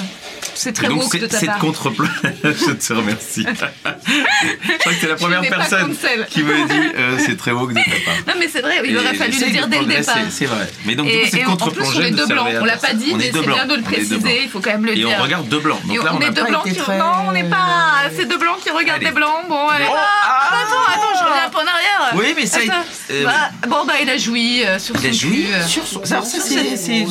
Speaker 5: C'est
Speaker 4: Et
Speaker 5: très
Speaker 4: donc
Speaker 5: woke de
Speaker 4: c'est
Speaker 5: ta
Speaker 4: cette
Speaker 5: part.
Speaker 4: contre je te remercie. je crois que c'est la première
Speaker 5: n'ai pas
Speaker 4: personne
Speaker 5: cancel.
Speaker 4: qui me dit euh, c'est très woke de ta part.
Speaker 5: Non, mais c'est vrai, il
Speaker 4: Et
Speaker 5: aurait fallu
Speaker 4: j'essaie
Speaker 5: le dire
Speaker 4: de
Speaker 5: dès le
Speaker 4: progresser,
Speaker 5: départ.
Speaker 4: C'est vrai. Mais donc du
Speaker 5: Et,
Speaker 4: coup c'est
Speaker 5: et en plus, on
Speaker 4: contre-plongée
Speaker 5: est
Speaker 4: ne
Speaker 5: deux
Speaker 4: servait
Speaker 5: blancs.
Speaker 4: à
Speaker 5: On l'a pas
Speaker 4: personne.
Speaker 5: dit,
Speaker 4: On
Speaker 5: mais
Speaker 4: est deux
Speaker 5: c'est bien
Speaker 4: blancs.
Speaker 5: de le
Speaker 4: On est deux
Speaker 5: préciser.
Speaker 4: blancs.
Speaker 5: Il faut quand même le
Speaker 4: Et
Speaker 5: dire.
Speaker 4: on regarde deux blancs.
Speaker 5: Et
Speaker 4: Donc là
Speaker 5: on,
Speaker 4: on
Speaker 5: est
Speaker 4: a
Speaker 5: deux
Speaker 4: pas
Speaker 5: blancs
Speaker 4: été
Speaker 5: qui.
Speaker 4: très- euh,
Speaker 5: Non, on n'est pas. C'est deux blancs qui regardent
Speaker 4: Allez.
Speaker 5: les blancs. Bon, allez.
Speaker 4: Oh,
Speaker 5: Ah,
Speaker 4: ah.
Speaker 5: attends, attends, je reviens un peu en arrière.
Speaker 4: Oui, mais ça-
Speaker 5: Attends.
Speaker 4: euh,
Speaker 5: Bah, bon, bah, il a joui euh, sur
Speaker 4: Il a
Speaker 5: son
Speaker 4: joui
Speaker 5: cul, euh.
Speaker 4: sur son- Alors ça c'est c'est-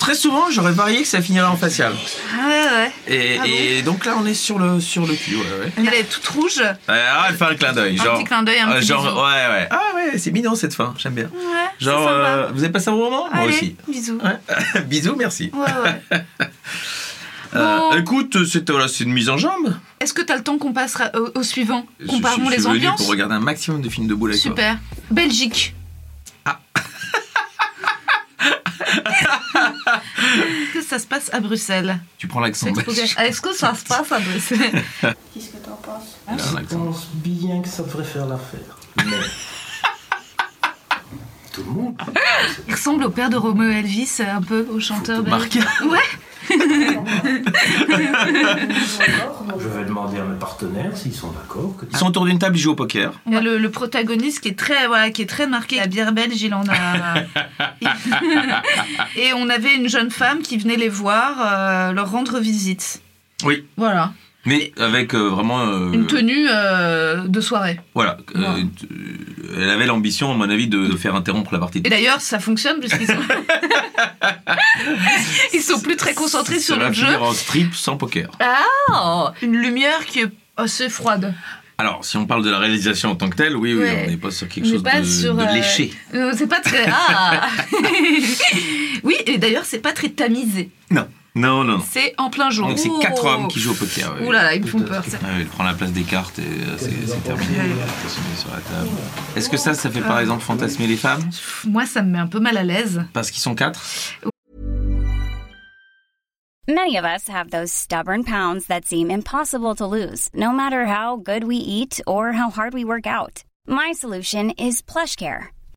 Speaker 4: Très souvent, j'aurais parié que ça finirait en facial.
Speaker 5: Ah, ouais, ouais.
Speaker 4: Et,
Speaker 5: Ah bon
Speaker 4: et donc là, on est sur le, sur le cul. Ouais, ouais.
Speaker 5: Elle est toute rouge.
Speaker 4: Ah, elle fait un clin d'œil.
Speaker 5: Un
Speaker 4: genre-
Speaker 5: petit clin d'œil, un
Speaker 4: euh,
Speaker 5: petit
Speaker 4: Genre,
Speaker 5: bisou.
Speaker 4: ouais, ouais. Ah, ouais, c'est mignon cette fin. J'aime bien.
Speaker 5: Ouais. c'est
Speaker 4: Genre,
Speaker 5: sympa.
Speaker 4: euh, vous avez passé un bon moment Moi
Speaker 5: Allez,
Speaker 4: aussi.
Speaker 5: Bisous.
Speaker 4: Ouais. Bisous, merci.
Speaker 5: Ouais, ouais.
Speaker 4: Euh,
Speaker 5: Bon.
Speaker 4: écoute, c'est voilà, c'est une mise en jambe.
Speaker 5: Est-ce que t'as le temps qu'on passera au, au suivant Comparons
Speaker 4: je, je,
Speaker 5: les
Speaker 4: suis venu
Speaker 5: ambiances.
Speaker 4: pour regarder un maximum de films de boules avec toi.
Speaker 5: Super. Belgique.
Speaker 4: Ah.
Speaker 5: Est-ce que ça se passe à Bruxelles
Speaker 4: Tu prends l'accent.
Speaker 5: Cette
Speaker 4: belge.
Speaker 5: progression- Est-ce que ça se passe à Bruxelles
Speaker 6: Qu'est-ce que t'en penses
Speaker 4: Elle a un
Speaker 7: Je
Speaker 4: accent.
Speaker 7: pense bien que ça devrait faire l'affaire. Mais. Tout le monde
Speaker 5: Il ressemble au père de Romeo Elvis, euh, un peu, au chanteur. belge.
Speaker 4: Marc.
Speaker 5: Ouais,
Speaker 7: Je vais demander à mes partenaires s'ils sont d'accord. Que...
Speaker 4: Ils sont autour d'une table, ils jouent au poker.
Speaker 5: Il y a le, le protagoniste qui est très, voilà, qui est très marqué. La bière belge, il en a. euh, Et on avait une jeune femme qui venait les voir, euh, leur rendre visite.
Speaker 4: Oui.
Speaker 5: Voilà.
Speaker 4: Mais avec euh, vraiment. euh,
Speaker 5: Une tenue euh, de soirée.
Speaker 4: Voilà. euh,
Speaker 5: Ouais.
Speaker 4: t- euh, elle avait l'ambition, à mon avis, de, de faire interrompre la partie.
Speaker 5: Et d'ailleurs, ça fonctionne puisqu'ils sont... Ils sont plus très concentrés sur
Speaker 4: la
Speaker 5: le jeu.
Speaker 4: en strip sans poker.
Speaker 5: Ah Une lumière qui est assez froide.
Speaker 4: Alors, si on parle de la réalisation en tant que telle, oui, oui,
Speaker 5: Ouais.
Speaker 4: on n'est pas sur quelque
Speaker 5: On n'est
Speaker 4: chose
Speaker 5: pas
Speaker 4: de,
Speaker 5: sur,
Speaker 4: de
Speaker 5: euh,
Speaker 4: léché.
Speaker 5: Euh, c'est pas très. Ah Oui, et d'ailleurs, c'est pas très tamisé.
Speaker 4: Non. Non, non, non.
Speaker 5: C'est en plein jour.
Speaker 4: Donc, c'est
Speaker 5: Oh.
Speaker 4: quatre hommes qui jouent au poker. Ah oui.
Speaker 5: Ouh là là, ils me font peur. ça.
Speaker 4: Ouais, il prend la place des cartes et euh, c'est c'est terminé. Il se met sur la table. Est-ce que ça, ça fait par exemple fantasmer les femmes
Speaker 5: Pff, Moi, ça me met un peu mal à l'aise.
Speaker 4: Parce qu'ils sont quatre
Speaker 1: Many of us have those stubborn pounds that seem impossible to lose, no matter how good we eat or how hard we work out. My solution is PlushCare.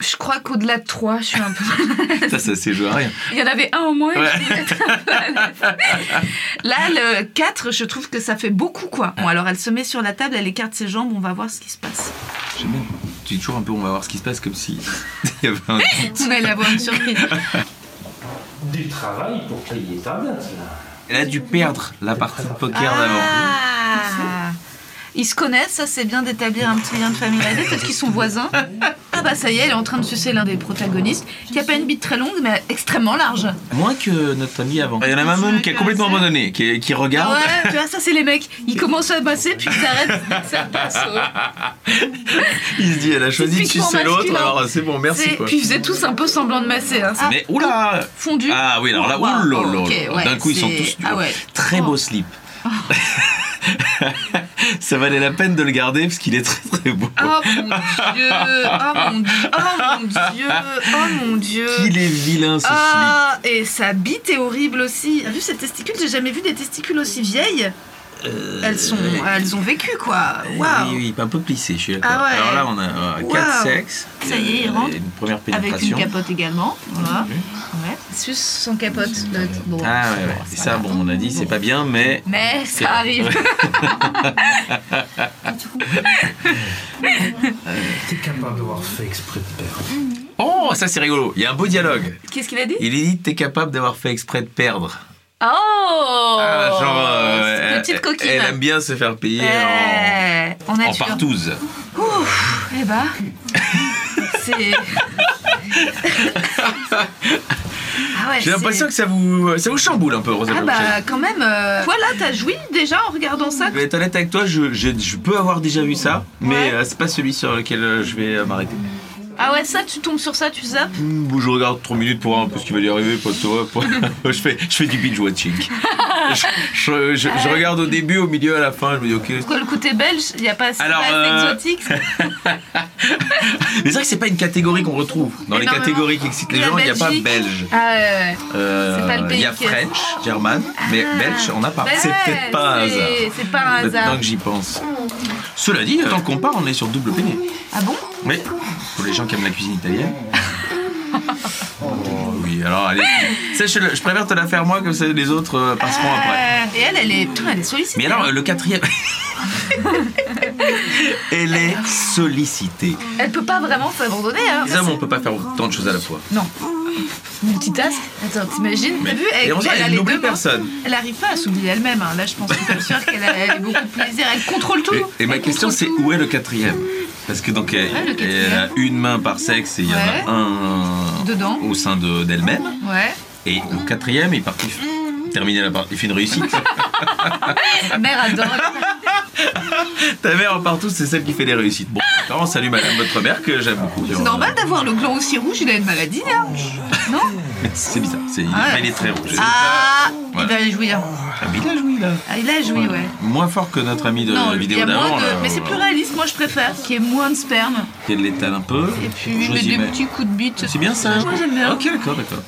Speaker 5: je crois qu'au-delà de 3, je suis un peu.
Speaker 4: Ça, ça c'est joué à rien.
Speaker 5: Il y en avait un en moins.
Speaker 4: Ouais.
Speaker 5: je devais être un peu à l'aise. Là, le 4, je trouve que ça fait beaucoup, quoi. Bon, alors elle se met sur la table, elle écarte ses jambes, on va voir ce qui se passe.
Speaker 4: J'aime bien. Tu dis toujours un peu, on va voir ce qui se passe, comme si. Il y avait un...
Speaker 5: On allait avoir une surprise.
Speaker 7: Du travail pour payer ta dette, là.
Speaker 4: Elle a dû perdre la partie de poker d'avant.
Speaker 5: Ah Ils se connaissent, ça c'est bien d'établir un petit lien de familiarité, peut-être qu'ils sont voisins. Ah bah ça y est, elle est en train de sucer l'un des protagonistes, qui a pas une bite très longue mais extrêmement large.
Speaker 4: Ah. Moins que notre ami avant. Il y en a
Speaker 5: Ah,
Speaker 4: même
Speaker 5: c'est
Speaker 4: une qui a
Speaker 5: vrai,
Speaker 4: complètement
Speaker 5: c'est-
Speaker 4: abandonné, qui, est- qui regarde.
Speaker 5: Ouais, tu vois, ça c'est les mecs, ils commencent à passer puis ils arrêtent dès que ça passe. ouais.
Speaker 4: Il se dit, elle a choisi de
Speaker 5: Typiquement
Speaker 4: sucer l'autre,
Speaker 5: masculin.
Speaker 4: alors c'est bon, merci
Speaker 5: C'est-
Speaker 4: quoi. Ah.
Speaker 5: Puis ils faisaient tous un peu semblant de masser. Hein.
Speaker 4: Mais oula
Speaker 5: Fondu.
Speaker 4: Ah oui, alors là,
Speaker 5: Waouh,
Speaker 4: oulala,
Speaker 5: ok, ouais,
Speaker 4: d'un coup ils sont
Speaker 5: c'est-
Speaker 4: tous nus.
Speaker 5: Ah ouais.
Speaker 4: Très beau slip. Ça valait la peine de le garder parce qu'il est très très beau.
Speaker 5: Oh mon dieu, oh mon dieu, oh mon dieu, oh mon dieu.
Speaker 4: Qu'il est vilain ce
Speaker 5: Ah, et sa bite est horrible aussi. T'as vu ses testicules J'ai jamais vu des testicules aussi vieilles. Elles sont, elles ont vécu quoi.
Speaker 4: slip.
Speaker 5: Waouh.
Speaker 4: Euh, Oui, oui, un peu plissé, je suis d'accord.
Speaker 5: Ah ouais.
Speaker 4: Alors là, on a
Speaker 5: Waouh.
Speaker 4: 4 sexes.
Speaker 5: Ça y est, il
Speaker 4: Euh,
Speaker 5: rentre.
Speaker 4: Une première
Speaker 5: Avec une
Speaker 4: pénétration.
Speaker 5: capote également. Voilà.
Speaker 4: Oui.
Speaker 5: Ouais. Suce sans capote. le- Bon.
Speaker 4: Ah ouais, ouais. Et ça, bon, on a dit, c'est pas bien, mais.
Speaker 5: Mais ça arrive.
Speaker 7: T'es capable d'avoir fait exprès de perdre.
Speaker 4: Oh, ça c'est rigolo. Il y a un beau dialogue.
Speaker 5: Qu'est-ce qu'il a dit
Speaker 4: Il est dit, t'es capable d'avoir fait exprès de perdre.
Speaker 5: Oh
Speaker 4: Ah, genre, euh, elle-
Speaker 5: Petite coquine.
Speaker 4: Elle aime bien se faire payer en,
Speaker 5: Eh, en
Speaker 4: en
Speaker 5: nature.
Speaker 4: partouze.
Speaker 5: Ouf, eh bah. C'est. ah ouais,
Speaker 4: J'ai l'impression
Speaker 5: c'est-
Speaker 4: que ça vous, ça vous chamboule un peu, Rosa
Speaker 5: Ah
Speaker 4: Blanchard.
Speaker 5: bah quand même. euh, Toi là, t'as joui déjà en regardant ça.
Speaker 4: Je vais être honnête avec toi, je, je, je peux avoir déjà vu ça, mais
Speaker 5: Ouais.
Speaker 4: euh, c'est pas celui sur lequel euh, je vais euh, m'arrêter.
Speaker 5: Ah ouais, ça, tu tombes sur ça, tu zappes.
Speaker 4: Hmm, bon, je regarde 3 minutes pour voir un peu ce qui va lui arriver, pas toi. pas- je, fais, je fais du binge watching. je, je- je- je regarde au début, au milieu, à la fin, je me dis ok.
Speaker 5: Quoi, le côté belge, il y a pas assez
Speaker 4: Alors,
Speaker 5: pas assez
Speaker 4: euh,
Speaker 5: exotique.
Speaker 4: Mais c'est vrai que c'est pas une catégorie qu'on retrouve. Dans les
Speaker 5: Énormément.
Speaker 4: catégories qui excitent les
Speaker 5: La
Speaker 4: gens, il n'y a pas
Speaker 5: Belgique.
Speaker 4: belge.
Speaker 5: Ah ouais, ouais.
Speaker 4: Euh,
Speaker 5: C'est pas le
Speaker 4: Il
Speaker 5: pays
Speaker 4: y a
Speaker 5: que-
Speaker 4: French, German, mais belge, on n'a pas.
Speaker 5: Bah
Speaker 4: C'est
Speaker 5: ouais,
Speaker 4: peut-être pas un
Speaker 5: c'est-
Speaker 4: hasard.
Speaker 5: C'est pas un
Speaker 4: Maintenant
Speaker 5: hasard.
Speaker 4: que j'y pense. Cela dit, tant qu'on part, on est sur double peiné.
Speaker 5: Ah bon
Speaker 4: Oui, pour les gens qui aiment la cuisine italienne. Oh, oui, alors allez. Ça, je, je préfère te la faire moi, comme ça les autres euh, passeront après.
Speaker 5: Euh, Et elle, elle est, putain, elle est sollicitée. hein.
Speaker 4: Mais alors, euh, le quatrième. Elle est sollicitée.
Speaker 5: Elle peut pas vraiment s'abandonner. Hein.
Speaker 4: Les hommes, on peut pas faire autant de choses à la fois.
Speaker 5: Multitask. Attends, t'imagines T'as vu elle,
Speaker 4: Et en soi,
Speaker 5: elle a
Speaker 4: elle
Speaker 5: les deux
Speaker 4: n'oublie
Speaker 5: mains.
Speaker 4: personne.
Speaker 5: Elle arrive pas à s'oublier elle-même. hein. Là, je pense que je suis sûre qu'elle a elle a beaucoup de plaisir. Elle contrôle tout.
Speaker 4: Et, et ma
Speaker 5: Elle
Speaker 4: question,
Speaker 5: contrôle
Speaker 4: c'est
Speaker 5: tout.
Speaker 4: où est le quatrième Parce que donc, elle,
Speaker 5: Ah, le quatrième.
Speaker 4: elle a une main par sexe et il y en
Speaker 5: Ouais.
Speaker 4: a un
Speaker 5: Dedans.
Speaker 4: au sein de- d'elle-même.
Speaker 5: Ouais.
Speaker 4: et le quatrième, il partit
Speaker 5: Mm.
Speaker 4: terminer la partie. Il fait une réussite.
Speaker 5: Ta mère adore.
Speaker 4: Ta mère en partout, c'est celle qui fait les réussites. Bon, d'accord, salut madame votre mère que j'aime beaucoup.
Speaker 5: C'est normal d'avoir le gland aussi rouge. Il a une maladie, hein Non
Speaker 4: C'est bizarre, c'est il
Speaker 5: Ouais.
Speaker 4: fait les traits rouges.
Speaker 5: Ah,
Speaker 4: Ouais.
Speaker 5: il va les jouir.
Speaker 4: Ah, mais il a joui là.
Speaker 5: Ah, il a joui, ouais.
Speaker 4: Moins fort que notre ami de
Speaker 5: Non,
Speaker 4: la
Speaker 5: il y
Speaker 4: vidéo
Speaker 5: a
Speaker 4: Euh, d'avant.
Speaker 5: moins de.
Speaker 4: là. euh,
Speaker 5: Mais c'est plus réaliste, moi je préfère. Qu'il y ait moins de sperme.
Speaker 4: Qu'elle l'étale un peu.
Speaker 5: Et puis lui
Speaker 4: Josie,
Speaker 5: mettre des
Speaker 4: mais- Ah,
Speaker 5: petits coups de bite.
Speaker 4: C'est bien ça hein
Speaker 5: Moi j'aime bien.
Speaker 4: Ok, d'accord, d'accord.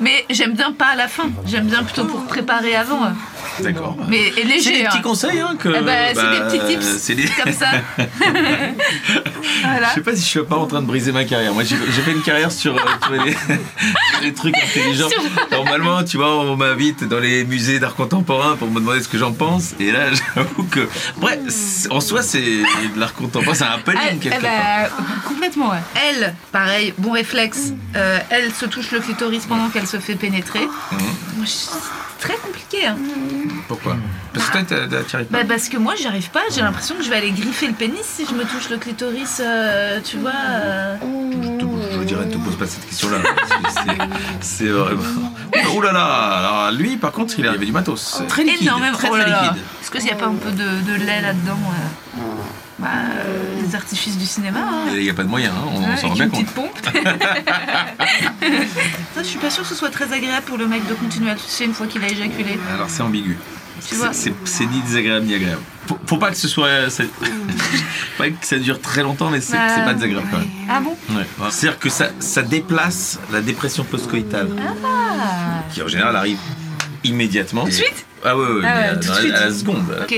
Speaker 5: Mais j'aime bien pas à la fin. J'aime bien plutôt pour préparer avant.
Speaker 4: D'accord.
Speaker 5: Mais et
Speaker 4: C'est
Speaker 5: léger.
Speaker 4: des
Speaker 5: hein.
Speaker 4: petits conseils hein, que.
Speaker 5: Eh ben, c'est des
Speaker 4: bah,
Speaker 5: petits tips.
Speaker 4: c'est des-
Speaker 5: Comme ça. voilà.
Speaker 4: Je sais pas si je suis pas en train de briser ma carrière. Moi, j'ai j'ai fait une carrière sur, euh, sur les, sur les trucs intelligents. Normalement, tu vois, on m'invite dans les musées d'art contemporain pour me demander ce que j'en pense. Et là, j'avoue que. Ouais, c'est- en soi, c'est de l'art contemporain, c'est un
Speaker 5: Ah,
Speaker 4: pelling
Speaker 5: eh
Speaker 4: quelque part.
Speaker 5: ben, complètement, ouais. Elle, pareil, bon réflexe. euh, elle se touche le clitoris pendant qu'elle se fait pénétrer.
Speaker 4: Mhm.
Speaker 5: Moi, je- c'est très compliqué. hein.
Speaker 4: Pourquoi Parce que toi, t'as- t'as tiré pas.
Speaker 5: Bah, parce que moi, j'y arrive pas. J'ai l'impression que je vais aller griffer le pénis si je me touche le clitoris, euh, tu vois. euh.
Speaker 4: Je, te- je dirais, ne te pose pas cette question-là. Parce que c'est- C'est vraiment. Ouh là là Alors, lui, par contre, il avait du matos. Très liquide.
Speaker 5: Énormément.
Speaker 4: Très,
Speaker 5: Oh
Speaker 4: très
Speaker 5: là là.
Speaker 4: liquide.
Speaker 5: Est-ce qu'il n'y a pas un peu de, de lait là-dedans euh Bah, euh, les artifices du cinéma. hein.
Speaker 4: Il n'y a pas de moyen, hein, on,
Speaker 5: Ouais,
Speaker 4: s'en rend
Speaker 5: avec
Speaker 4: bien
Speaker 5: une
Speaker 4: compte.
Speaker 5: petite pompe. Ça, je suis pas sûre que ce soit très agréable pour le mec de continuer à toucher une fois qu'il a éjaculé.
Speaker 4: Alors c'est ambigu.
Speaker 5: Tu vois.
Speaker 4: C'est- c'est- C'est ni désagréable ni agréable. Faut, faut pas que ce soit. c'est- pas que ça dure très longtemps, mais c'est
Speaker 5: Bah,
Speaker 4: c'est pas désagréable quand même.
Speaker 5: Ah bon
Speaker 4: Ouais. C'est-à-dire que ça, ça déplace la dépression postcoïtale, qui en général arrive immédiatement.
Speaker 5: Ah. Tout de suite
Speaker 4: Ah ouais, ouais,
Speaker 5: Ah
Speaker 4: mais
Speaker 5: ouais,
Speaker 4: à-
Speaker 5: tout de
Speaker 4: dans la-
Speaker 5: suite.
Speaker 4: à la seconde.
Speaker 5: Ok.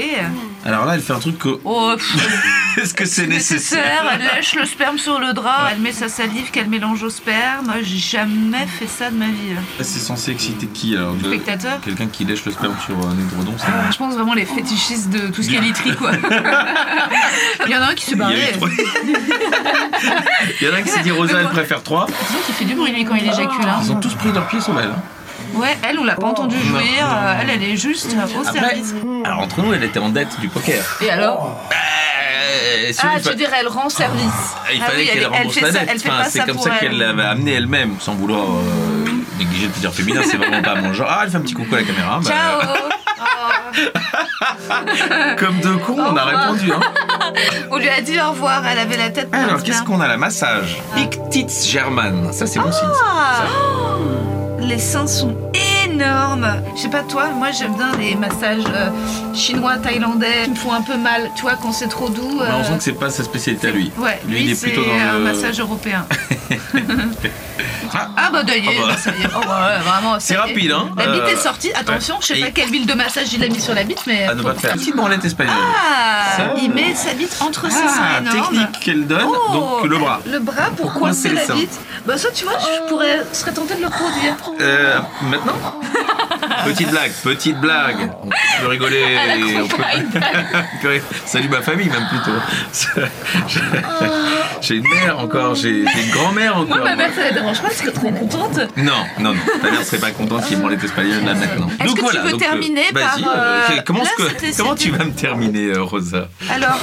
Speaker 4: À Alors là, elle fait un truc que.
Speaker 5: Oh, pff,
Speaker 4: Est-ce que c'est nécessaire
Speaker 5: nécessaire. Elle lèche le sperme sur le drap, elle met sa salive qu'elle mélange au sperme. J'ai jamais fait ça de ma vie. euh,
Speaker 4: C'est censé exciter qui alors de-
Speaker 5: Spectateur Ah.
Speaker 4: Quelqu'un qui lèche le sperme sur euh, un édredon, ça
Speaker 5: Je pense vraiment les fétichistes de tout ce qui est literie, quoi. Il y en a un qui s'est
Speaker 4: Il y a
Speaker 5: barré.
Speaker 4: eu trois. Bah Il y en a un qui s'est dit Rosa, elle préfère trois.
Speaker 5: Disons qu'il fait du bruit, lui, quand il éjacule. hein.
Speaker 4: Ils ont tous pris leurs pieds sur elle. hein.
Speaker 5: Ouais, elle, on l'a pas
Speaker 4: Oh,
Speaker 5: entendu
Speaker 4: Non.
Speaker 5: jouir. euh, Elle, elle est juste euh, au
Speaker 4: Après,
Speaker 5: service.
Speaker 4: alors entre nous, elle était en dette du poker.
Speaker 5: Et alors
Speaker 4: Euh, si
Speaker 5: Ah,
Speaker 4: il fa-
Speaker 5: tu dirais, elle rend service.
Speaker 4: il
Speaker 5: Ah
Speaker 4: fallait
Speaker 5: oui, elle-
Speaker 4: qu'elle
Speaker 5: elle
Speaker 4: rembourse
Speaker 5: fait
Speaker 4: la
Speaker 5: ça-
Speaker 4: dette.
Speaker 5: elle fait pas
Speaker 4: c'est
Speaker 5: ça
Speaker 4: comme
Speaker 5: pour
Speaker 4: ça qu'elle
Speaker 5: elle.
Speaker 4: l'avait amenée elle-même, sans vouloir euh, négliger le plaisir féminin. C'est vraiment pas mon genre. Ah, elle fait un petit coucou à la caméra. bah,
Speaker 5: Ciao
Speaker 4: comme deux cons, on a répondu. Hein.
Speaker 5: On lui a dit au revoir, elle avait la tête.
Speaker 4: Alors,
Speaker 5: pleine de
Speaker 4: qu'est-ce
Speaker 5: sperme.
Speaker 4: qu'on a là Massage. Ictitz German. Ça, c'est bon signe. ça.
Speaker 5: Ah Les seins sont énormes. Je sais pas toi, moi j'aime bien les massages euh, chinois, thaïlandais, qui me font un peu mal. Tu vois, quand c'est trop doux.
Speaker 4: Bah, on
Speaker 5: euh,
Speaker 4: sent que c'est pas sa spécialité à lui.
Speaker 5: Ouais,
Speaker 4: lui, il est
Speaker 5: c'est
Speaker 4: plutôt dans
Speaker 5: un
Speaker 4: le.
Speaker 5: massage européen.
Speaker 4: Ah.
Speaker 5: ah bah d'ailleurs,
Speaker 4: Ah bah.
Speaker 5: ça y est. Oh, ouais, vraiment. ça
Speaker 4: C'est
Speaker 5: y est.
Speaker 4: rapide, hein.
Speaker 5: La bite
Speaker 4: Euh,
Speaker 5: est sortie, attention, je sais
Speaker 4: Et-
Speaker 5: pas quelle huile de massage il a mis sur la bite, mais...
Speaker 4: à ne pas faire. Petite branlette espagnole.
Speaker 5: Ah,
Speaker 4: Ça-
Speaker 5: il met sa bite entre ses
Speaker 4: Ah,
Speaker 5: seins énormes.
Speaker 4: technique qu'elle donne,
Speaker 5: Oh,
Speaker 4: donc le bras.
Speaker 5: Le bras pour coincer
Speaker 4: coincer les
Speaker 5: la
Speaker 4: seins.
Speaker 5: bite. Bah ça, tu vois, je pourrais, serais tentée de le produire.
Speaker 4: Euh, maintenant Petite blague, petite blague. On peut rigoler. on peut- on peut- Salut ma famille, même plutôt. J'ai une mère encore, j'ai j'ai une grand-mère
Speaker 5: Moi,
Speaker 4: encore.
Speaker 5: Oh. Ah, ma mère, ça la dérange pas, elle serait trop contente.
Speaker 4: Non, non, non. Ta mère serait pas contente qu'il branlait espagnol là maintenant.
Speaker 5: Est-ce que tu veux terminer
Speaker 4: euh, vas-y,
Speaker 5: par, euh,
Speaker 4: euh, comment, est-ce que-
Speaker 5: là, c'était-
Speaker 4: comment tu vas me terminer, euh, Rosa
Speaker 5: Alors...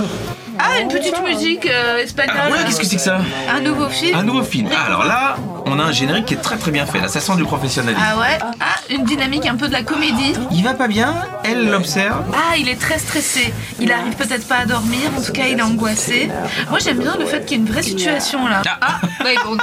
Speaker 5: Ah, une petite musique euh, espagnole.
Speaker 4: Ah ouais, qu'est-ce que c'est que ça
Speaker 5: Un nouveau film.
Speaker 4: Un nouveau film. Ah, alors là, on a un générique qui est très très bien fait. Là, ça sent du professionnalisme.
Speaker 5: Ah ouais Ah, une dynamique un peu de la comédie.
Speaker 4: Il va pas bien, elle l'observe.
Speaker 5: Ah, il est très stressé. Il arrive peut-être pas à dormir. En tout cas, il est angoissé. Moi, j'aime bien le fait qu'il y ait une vraie situation là. Ah, ouais, bon.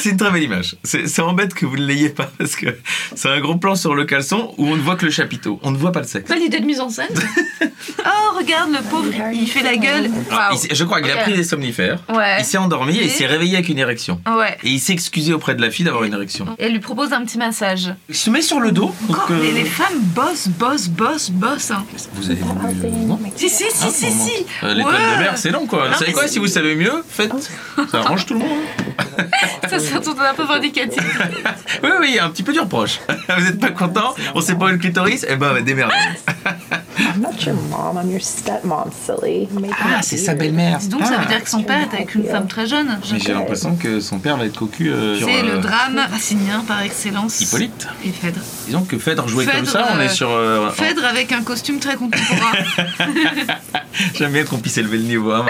Speaker 4: C'est une très belle image. C'est c'est embête que vous ne l'ayez pas parce que c'est un gros plan sur le caleçon où on ne voit que le chapiteau. On ne voit pas le sexe.
Speaker 5: Pas l'idée de mise en scène. Oh, regarde le pauvre, il fait la gueule.
Speaker 4: Alors,
Speaker 5: Waouh.
Speaker 4: Ah, il s'est- je crois qu'il
Speaker 5: Ok.
Speaker 4: a pris des somnifères.
Speaker 5: Ouais.
Speaker 4: Il s'est endormi et il s'est réveillé avec une érection.
Speaker 5: Ouais.
Speaker 4: Et il s'est excusé auprès de la fille d'avoir une érection.
Speaker 5: Et elle lui propose un petit massage.
Speaker 4: Il se met sur le dos. donc,
Speaker 5: Encore,
Speaker 4: euh,
Speaker 5: mais les femmes bossent, bossent, bossent, bossent. hein.
Speaker 4: Vous avez voulu. euh, non
Speaker 5: Si, si, si,
Speaker 4: Ah,
Speaker 5: si,
Speaker 4: bon, bon.
Speaker 5: si.
Speaker 4: Euh, L'école
Speaker 5: Ouais.
Speaker 4: de mer, c'est long quoi.
Speaker 5: Non,
Speaker 4: Vous savez
Speaker 5: mais
Speaker 4: quoi
Speaker 5: c'est- Oh.
Speaker 4: Si vous savez mieux, faites. Ça arrange tout le monde.
Speaker 5: Ça, ça tourne un peu vindicatif.
Speaker 4: Oui, oui, un petit peu du reproche. Vous n'êtes pas content On sait pas où est le clitoris Eh ben, bah, démerdez.
Speaker 6: I'm not your mom. I'm your stepmom, silly. You're making
Speaker 4: Ah,
Speaker 6: it
Speaker 4: c'est sa
Speaker 6: weird.
Speaker 4: belle-mère.
Speaker 5: Dis donc, ça
Speaker 4: Ah.
Speaker 5: veut dire que son père est avec une femme très jeune.
Speaker 4: Mais j'ai l'impression que son père va être cocu. euh, sur,
Speaker 5: C'est le
Speaker 4: euh,
Speaker 5: drame racinien par excellence.
Speaker 4: Hippolyte.
Speaker 5: Et Phèdre.
Speaker 4: Disons que Phèdre jouait comme
Speaker 5: Phèdre,
Speaker 4: ça, on
Speaker 5: euh,
Speaker 4: est sur. euh,
Speaker 5: Phèdre avec un costume très contemporain.
Speaker 4: J'aime bien qu'on puisse élever le niveau. hein.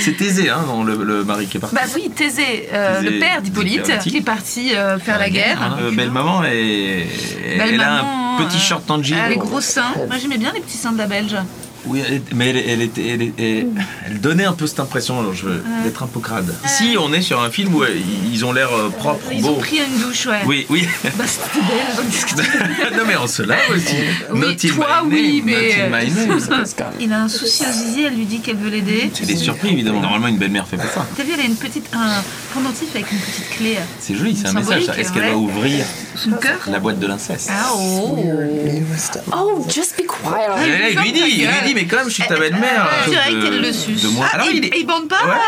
Speaker 4: c'est aisé, hein, dans le, le mari qui est parti.
Speaker 5: Bah oui, Thésée, euh,
Speaker 4: Thésée
Speaker 5: le père d'Hippolyte,
Speaker 4: Hippolyte.
Speaker 5: qui est parti euh, faire la guerre.
Speaker 4: Euh, belle maman et
Speaker 5: Belle
Speaker 4: elle a
Speaker 5: maman,
Speaker 4: un petit
Speaker 5: euh,
Speaker 4: short en jean.
Speaker 5: Elle a les gros seins. Moi j'aimais bien les petits seins de la Belge.
Speaker 4: Oui, elle est- mais elle, elle était- elle était- elle donnait un peu cette impression alors, je veux, d'être un peu crade. Ici, on est sur un film où euh, ils ont l'air euh, propres,
Speaker 5: Ils ont
Speaker 4: beaux.
Speaker 5: pris une douche, ouais.
Speaker 4: Oui, oui.
Speaker 5: Bah c'était belle.
Speaker 4: non mais on se lave aussi.
Speaker 5: Oui,
Speaker 4: Not in
Speaker 5: toi,
Speaker 4: my
Speaker 5: oui,
Speaker 4: name,
Speaker 5: mais- euh,
Speaker 4: not in my name.
Speaker 5: Il a un souci au zizi, elle lui dit qu'elle veut l'aider.
Speaker 4: C'est des surprises évidemment. Normalement, une belle-mère fait pas ça.
Speaker 5: T'as vu, elle a une petite, un pendentif avec une petite clé.
Speaker 4: C'est joli, c'est un
Speaker 5: Symbolique,
Speaker 4: message. ça. Est-ce qu'elle
Speaker 5: ouais.
Speaker 4: va ouvrir
Speaker 5: Son cœur
Speaker 4: la boîte de l'inceste
Speaker 5: Ah oh
Speaker 6: Oh, just be quiet.
Speaker 4: Et là, il lui dit, il lui dit, mais quand même, je suis ta belle-mère.
Speaker 5: Je
Speaker 4: chose
Speaker 5: dirais
Speaker 4: de-
Speaker 5: qu'elle Ah, le suce.
Speaker 4: De moi.
Speaker 5: Ah,
Speaker 4: Alors,
Speaker 5: il,
Speaker 4: il
Speaker 5: il
Speaker 4: est.
Speaker 5: bande pas
Speaker 4: Ouais.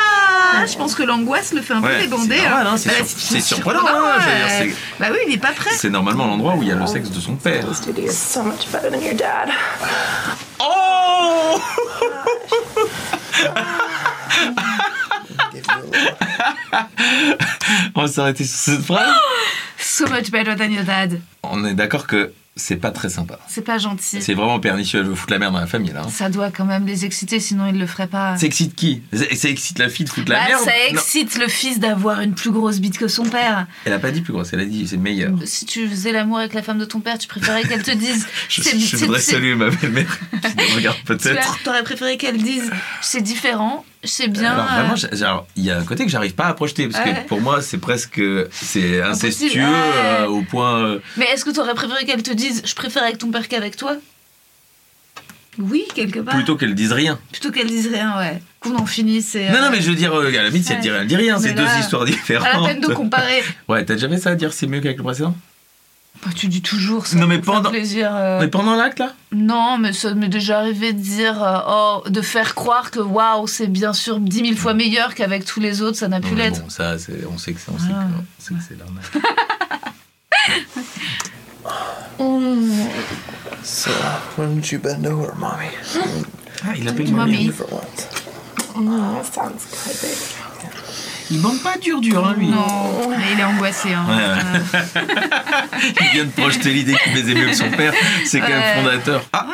Speaker 5: ah, Je pense que l'angoisse le fait un peu
Speaker 4: Ouais,
Speaker 5: débander.
Speaker 4: c'est
Speaker 5: hein.
Speaker 4: normal, hein, c'est
Speaker 5: Bah,
Speaker 4: sur- c'est surprenant, hein, je veux dire,
Speaker 5: Bah oui, il est pas prêt.
Speaker 4: C'est normalement l'endroit où il y a le sexe de son père.
Speaker 6: This dude is so much better than your dad.
Speaker 4: Oh On va s'arrêter sur cette phrase.
Speaker 5: So much better than your dad.
Speaker 4: On est d'accord que c'est pas très sympa.
Speaker 5: C'est pas gentil.
Speaker 4: C'est vraiment pernicieux. Je veux foutre la merde dans la famille là. hein.
Speaker 5: Mm. Ça doit quand même les exciter, sinon ils le feraient pas.
Speaker 4: Ça excite qui Ça ça excite la fille de foutre la
Speaker 5: Bah,
Speaker 4: merde
Speaker 5: ça
Speaker 4: Non.
Speaker 5: excite le fils d'avoir une plus grosse bite que son père.
Speaker 4: Elle a pas dit plus grosse, elle a dit c'est meilleur.
Speaker 5: Si tu faisais l'amour avec la femme de ton père, tu préférais qu'elle te dise.
Speaker 4: Je,
Speaker 5: c'est-
Speaker 4: je
Speaker 5: c'est-
Speaker 4: voudrais
Speaker 5: c'est-
Speaker 4: saluer ma belle-mère qui me regarde
Speaker 5: tu
Speaker 4: peut-être.
Speaker 5: as- T'aurais préféré qu'elle dise c'est différent, c'est bien.
Speaker 4: Alors
Speaker 5: euh,
Speaker 4: vraiment, j'ai- genre, il y a un côté que j'arrive pas à projeter parce
Speaker 5: Ouais.
Speaker 4: que pour moi c'est presque c'est incestueux
Speaker 5: Impossible, ouais.
Speaker 4: euh, au point. euh,
Speaker 5: Mais est-ce que t'aurais préféré qu'elle te dise je préfère avec ton père qu'avec toi Oui, quelque part.
Speaker 4: Plutôt qu'elle dise rien.
Speaker 5: Plutôt qu'elle dise rien, ouais. Qu'on en finisse et.
Speaker 4: Non,
Speaker 5: euh,
Speaker 4: non, mais je veux dire, euh, à la limite, si elle
Speaker 5: Ouais.
Speaker 4: dit rien, elle dit rien.
Speaker 5: Mais
Speaker 4: C'est deux
Speaker 5: là,
Speaker 4: histoires différentes.
Speaker 5: À la peine de comparer.
Speaker 4: Ouais, t'as jamais ça à dire c'est mieux qu'avec le précédent
Speaker 5: Bah, tu dis toujours ça.
Speaker 4: Non, mais
Speaker 5: ça fait
Speaker 4: pendant-
Speaker 5: plaisir, euh,
Speaker 4: Mais pendant l'acte, là
Speaker 5: Non, mais ça m'est déjà arrivé de dire, euh, oh, de faire croire que waouh, c'est bien sûr 10 000 fois meilleur qu'avec tous les autres, ça n'a pu
Speaker 4: Non, mais
Speaker 5: l'être.
Speaker 4: Bon, ça, c'est- on sait que c'est on sait que-
Speaker 5: Ah.
Speaker 4: on sait que c'est l'arnaque.
Speaker 8: So, when did you bend over, mommy?
Speaker 4: Ah, il appelle
Speaker 5: Mamie.
Speaker 4: mamie.
Speaker 8: For once.
Speaker 6: That sounds good, baby.
Speaker 4: Il bande pas dur, dur, hein, lui.
Speaker 5: Non, mais il est angoissé. Hein.
Speaker 4: Ouais. Il vient de projeter l'idée qu'il faisait mieux que son père. C'est quand même
Speaker 5: Ouais.
Speaker 4: fondateur. Ah,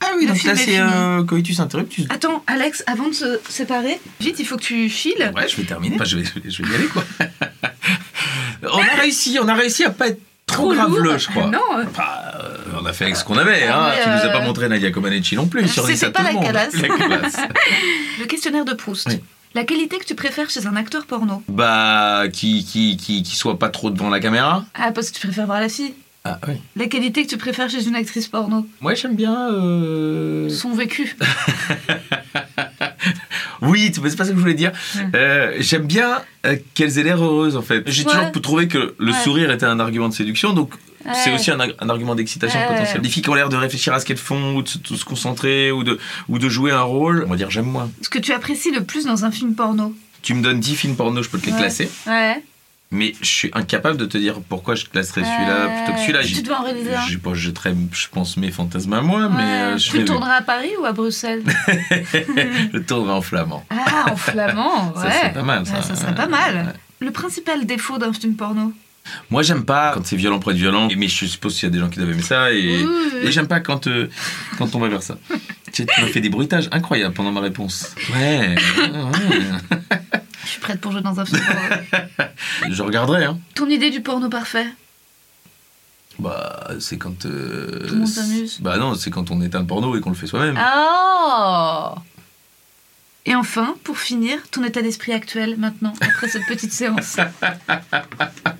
Speaker 4: ah oui,
Speaker 5: Le
Speaker 4: donc
Speaker 5: film
Speaker 4: là,
Speaker 5: est
Speaker 4: c'est
Speaker 5: fini.
Speaker 4: euh, Coitus Interruptus.
Speaker 5: Attends, Alex, avant de se séparer, vite, il faut que tu files.
Speaker 4: Ouais, je vais terminer. Enfin, je, vais, je vais- je vais y aller, quoi. on a réussi, on a réussi à pas être
Speaker 5: Trop
Speaker 4: trop, graveleux,
Speaker 5: lourd.
Speaker 4: je crois.
Speaker 5: Non.
Speaker 4: Enfin, euh, on a fait avec ce qu'on avait. Hein.
Speaker 5: mais,
Speaker 4: Tu nous as
Speaker 5: euh,
Speaker 4: pas montré Nadia Comaneci non plus. Sur
Speaker 5: c'était
Speaker 4: dix à
Speaker 5: pas
Speaker 4: tout le
Speaker 5: la
Speaker 4: monde.
Speaker 5: calasse.
Speaker 4: Ah, La calasse.
Speaker 5: Le questionnaire de Proust.
Speaker 4: Oui.
Speaker 5: La qualité que tu préfères chez un acteur porno
Speaker 4: bah, qui, qui, qui, qui soit pas trop devant la caméra.
Speaker 5: Ah, parce que tu préfères voir la fille.
Speaker 4: Ah oui.
Speaker 5: La qualité que tu préfères chez une actrice porno
Speaker 4: Moi, j'aime bien. euh,
Speaker 5: Son vécu.
Speaker 4: Oui, c'est pas ça que je voulais dire. Euh, J'aime bien euh, qu'elles aient l'air heureuses, en fait. J'ai
Speaker 5: Ouais.
Speaker 4: toujours trouvé que le
Speaker 5: Ouais.
Speaker 4: sourire était un argument de séduction, donc c'est
Speaker 5: Ouais.
Speaker 4: aussi un, ar- un argument d'excitation
Speaker 5: Ouais.
Speaker 4: potentielle. Les filles qui ont l'air de réfléchir à ce qu'elles font, ou de se, de se concentrer, ou de, ou de jouer un rôle, on va dire j'aime moins.
Speaker 5: Ce que tu apprécies le plus dans un film porno
Speaker 4: Tu me donnes 10 films porno, je peux te les
Speaker 5: Ouais.
Speaker 4: classer,
Speaker 5: Ouais.
Speaker 4: mais je suis incapable de te dire pourquoi je classerais celui-là plutôt que celui-là.
Speaker 5: Euh, Tu
Speaker 4: J'ai-
Speaker 5: devais en réaliser un.
Speaker 4: Je, je, je, traite, je pense mes fantasmes à moi, mais
Speaker 5: Ouais.
Speaker 4: euh, je,
Speaker 5: tu le
Speaker 4: les-
Speaker 5: tourneras à Paris ou à Bruxelles
Speaker 4: je tournerai en flamand.
Speaker 5: Ah, en flamand, ouais.
Speaker 4: Ça serait pas mal, ça.
Speaker 5: Ouais, serait pas mal. Le principal défaut d'un film porno
Speaker 4: Moi, j'aime pas quand c'est violent pour être violent, mais je suppose qu'il y a des gens qui doivent aimer ça, et,
Speaker 5: Oui, oui, oui.
Speaker 4: et j'aime pas quand, euh, quand on va vers ça. Tu sais, tu m'as fait des bruitages incroyables pendant ma réponse. Ouais, ouais,
Speaker 5: Je suis prête pour jouer dans un film porno.
Speaker 4: ouais. je regarderai. Hein.
Speaker 5: Ton idée du porno parfait
Speaker 4: Bah, c'est quand. euh,
Speaker 5: Tout le monde s'amuse. Ah.
Speaker 4: Bah non, c'est quand on éteint le porno et qu'on le fait soi-même.
Speaker 5: Oh Et enfin, pour finir, ton état d'esprit actuel maintenant, après cette petite séance.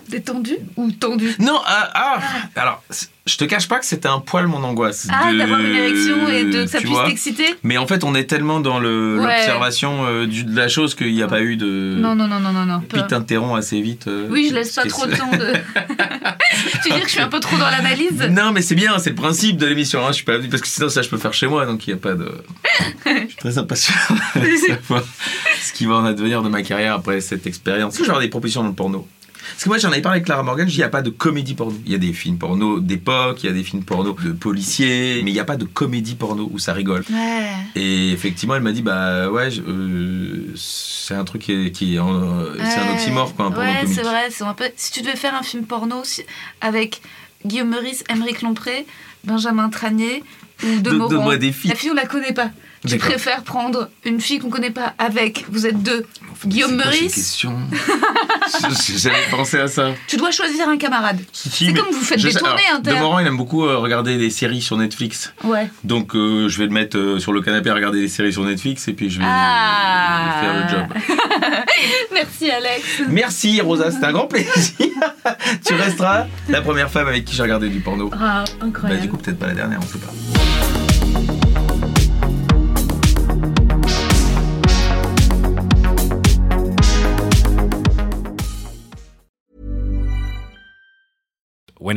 Speaker 5: Détendu ou tendu
Speaker 4: Non, ah, ah, alors, c'est- je te cache pas que c'était un poil mon angoisse.
Speaker 5: Ah,
Speaker 4: de-
Speaker 5: d'avoir une érection et de, que ça
Speaker 4: tu
Speaker 5: puisse
Speaker 4: vois.
Speaker 5: t'exciter
Speaker 4: Mais en fait, on est tellement dans le-
Speaker 5: Ouais.
Speaker 4: l'observation euh, du- de la chose qu'il n'y a pas eu de.
Speaker 5: Non, non, non, non, non, non.
Speaker 4: Puis t'interromps assez vite. euh,
Speaker 5: Oui, je laisse pas
Speaker 4: qu'est-ce-
Speaker 5: trop le temps de... tu veux dire que je suis un peu trop dans l'analyse
Speaker 4: Non, mais c'est bien, c'est le principe de l'émission. hein. Je suis pas venu parce que sinon, ça, je peux faire chez moi, donc il n'y a pas de. je suis très impatient de savoir ce qui va en advenir de ma carrière après cette expérience. Est-ce que je vais avoir des propositions dans le porno Parce que moi, j'en avais parlé avec Clara Morgan, je dis, il n'y a pas de comédie porno. Il y a des films porno d'époque, il y a des films porno de policiers, mais il n'y a pas de comédie porno où ça rigole.
Speaker 5: Ouais.
Speaker 4: Et effectivement, elle m'a dit, bah ouais, je- euh, c'est un truc qui est. qui est en- euh, c'est un
Speaker 5: Ouais.
Speaker 4: oxymore, quoi, un porno
Speaker 5: Ouais,
Speaker 4: comique.
Speaker 5: c'est vrai. c'est un peu- Si tu devais faire un film porno si- avec Guillaume Meurice, Émeric Lompré, Benjamin Tranier ou De
Speaker 4: Donne-
Speaker 5: Mauron,
Speaker 4: Donne-moi des filles.
Speaker 5: la fille, on la connaît pas. Tu
Speaker 4: D'accord.
Speaker 5: préfères prendre une fille qu'on connaît pas avec, vous êtes deux.
Speaker 4: Enfin, mais
Speaker 5: Guillaume
Speaker 4: c'est quoi ces
Speaker 5: Meurice.
Speaker 4: questions J'ai jamais pensé à ça.
Speaker 5: Tu dois choisir un camarade. C'est comme vous faites
Speaker 4: Je
Speaker 5: des
Speaker 4: sais-
Speaker 5: tournées
Speaker 4: alors,
Speaker 5: inter.
Speaker 4: De Morand, il aime beaucoup euh, regarder des séries sur Netflix.
Speaker 5: Ouais.
Speaker 4: Donc, euh, je vais le mettre euh, sur le canapé à regarder des séries sur Netflix et puis je vais
Speaker 5: Ah.
Speaker 4: faire le job.
Speaker 5: Merci Alex.
Speaker 4: Merci, Rosa, c'était un grand plaisir. tu resteras la première femme avec qui j'ai regardé du porno.
Speaker 5: Ah,
Speaker 4: Bah,
Speaker 5: incroyable.
Speaker 4: du coup, peut-être pas la dernière, on sait pas.
Speaker 9: When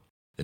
Speaker 9: the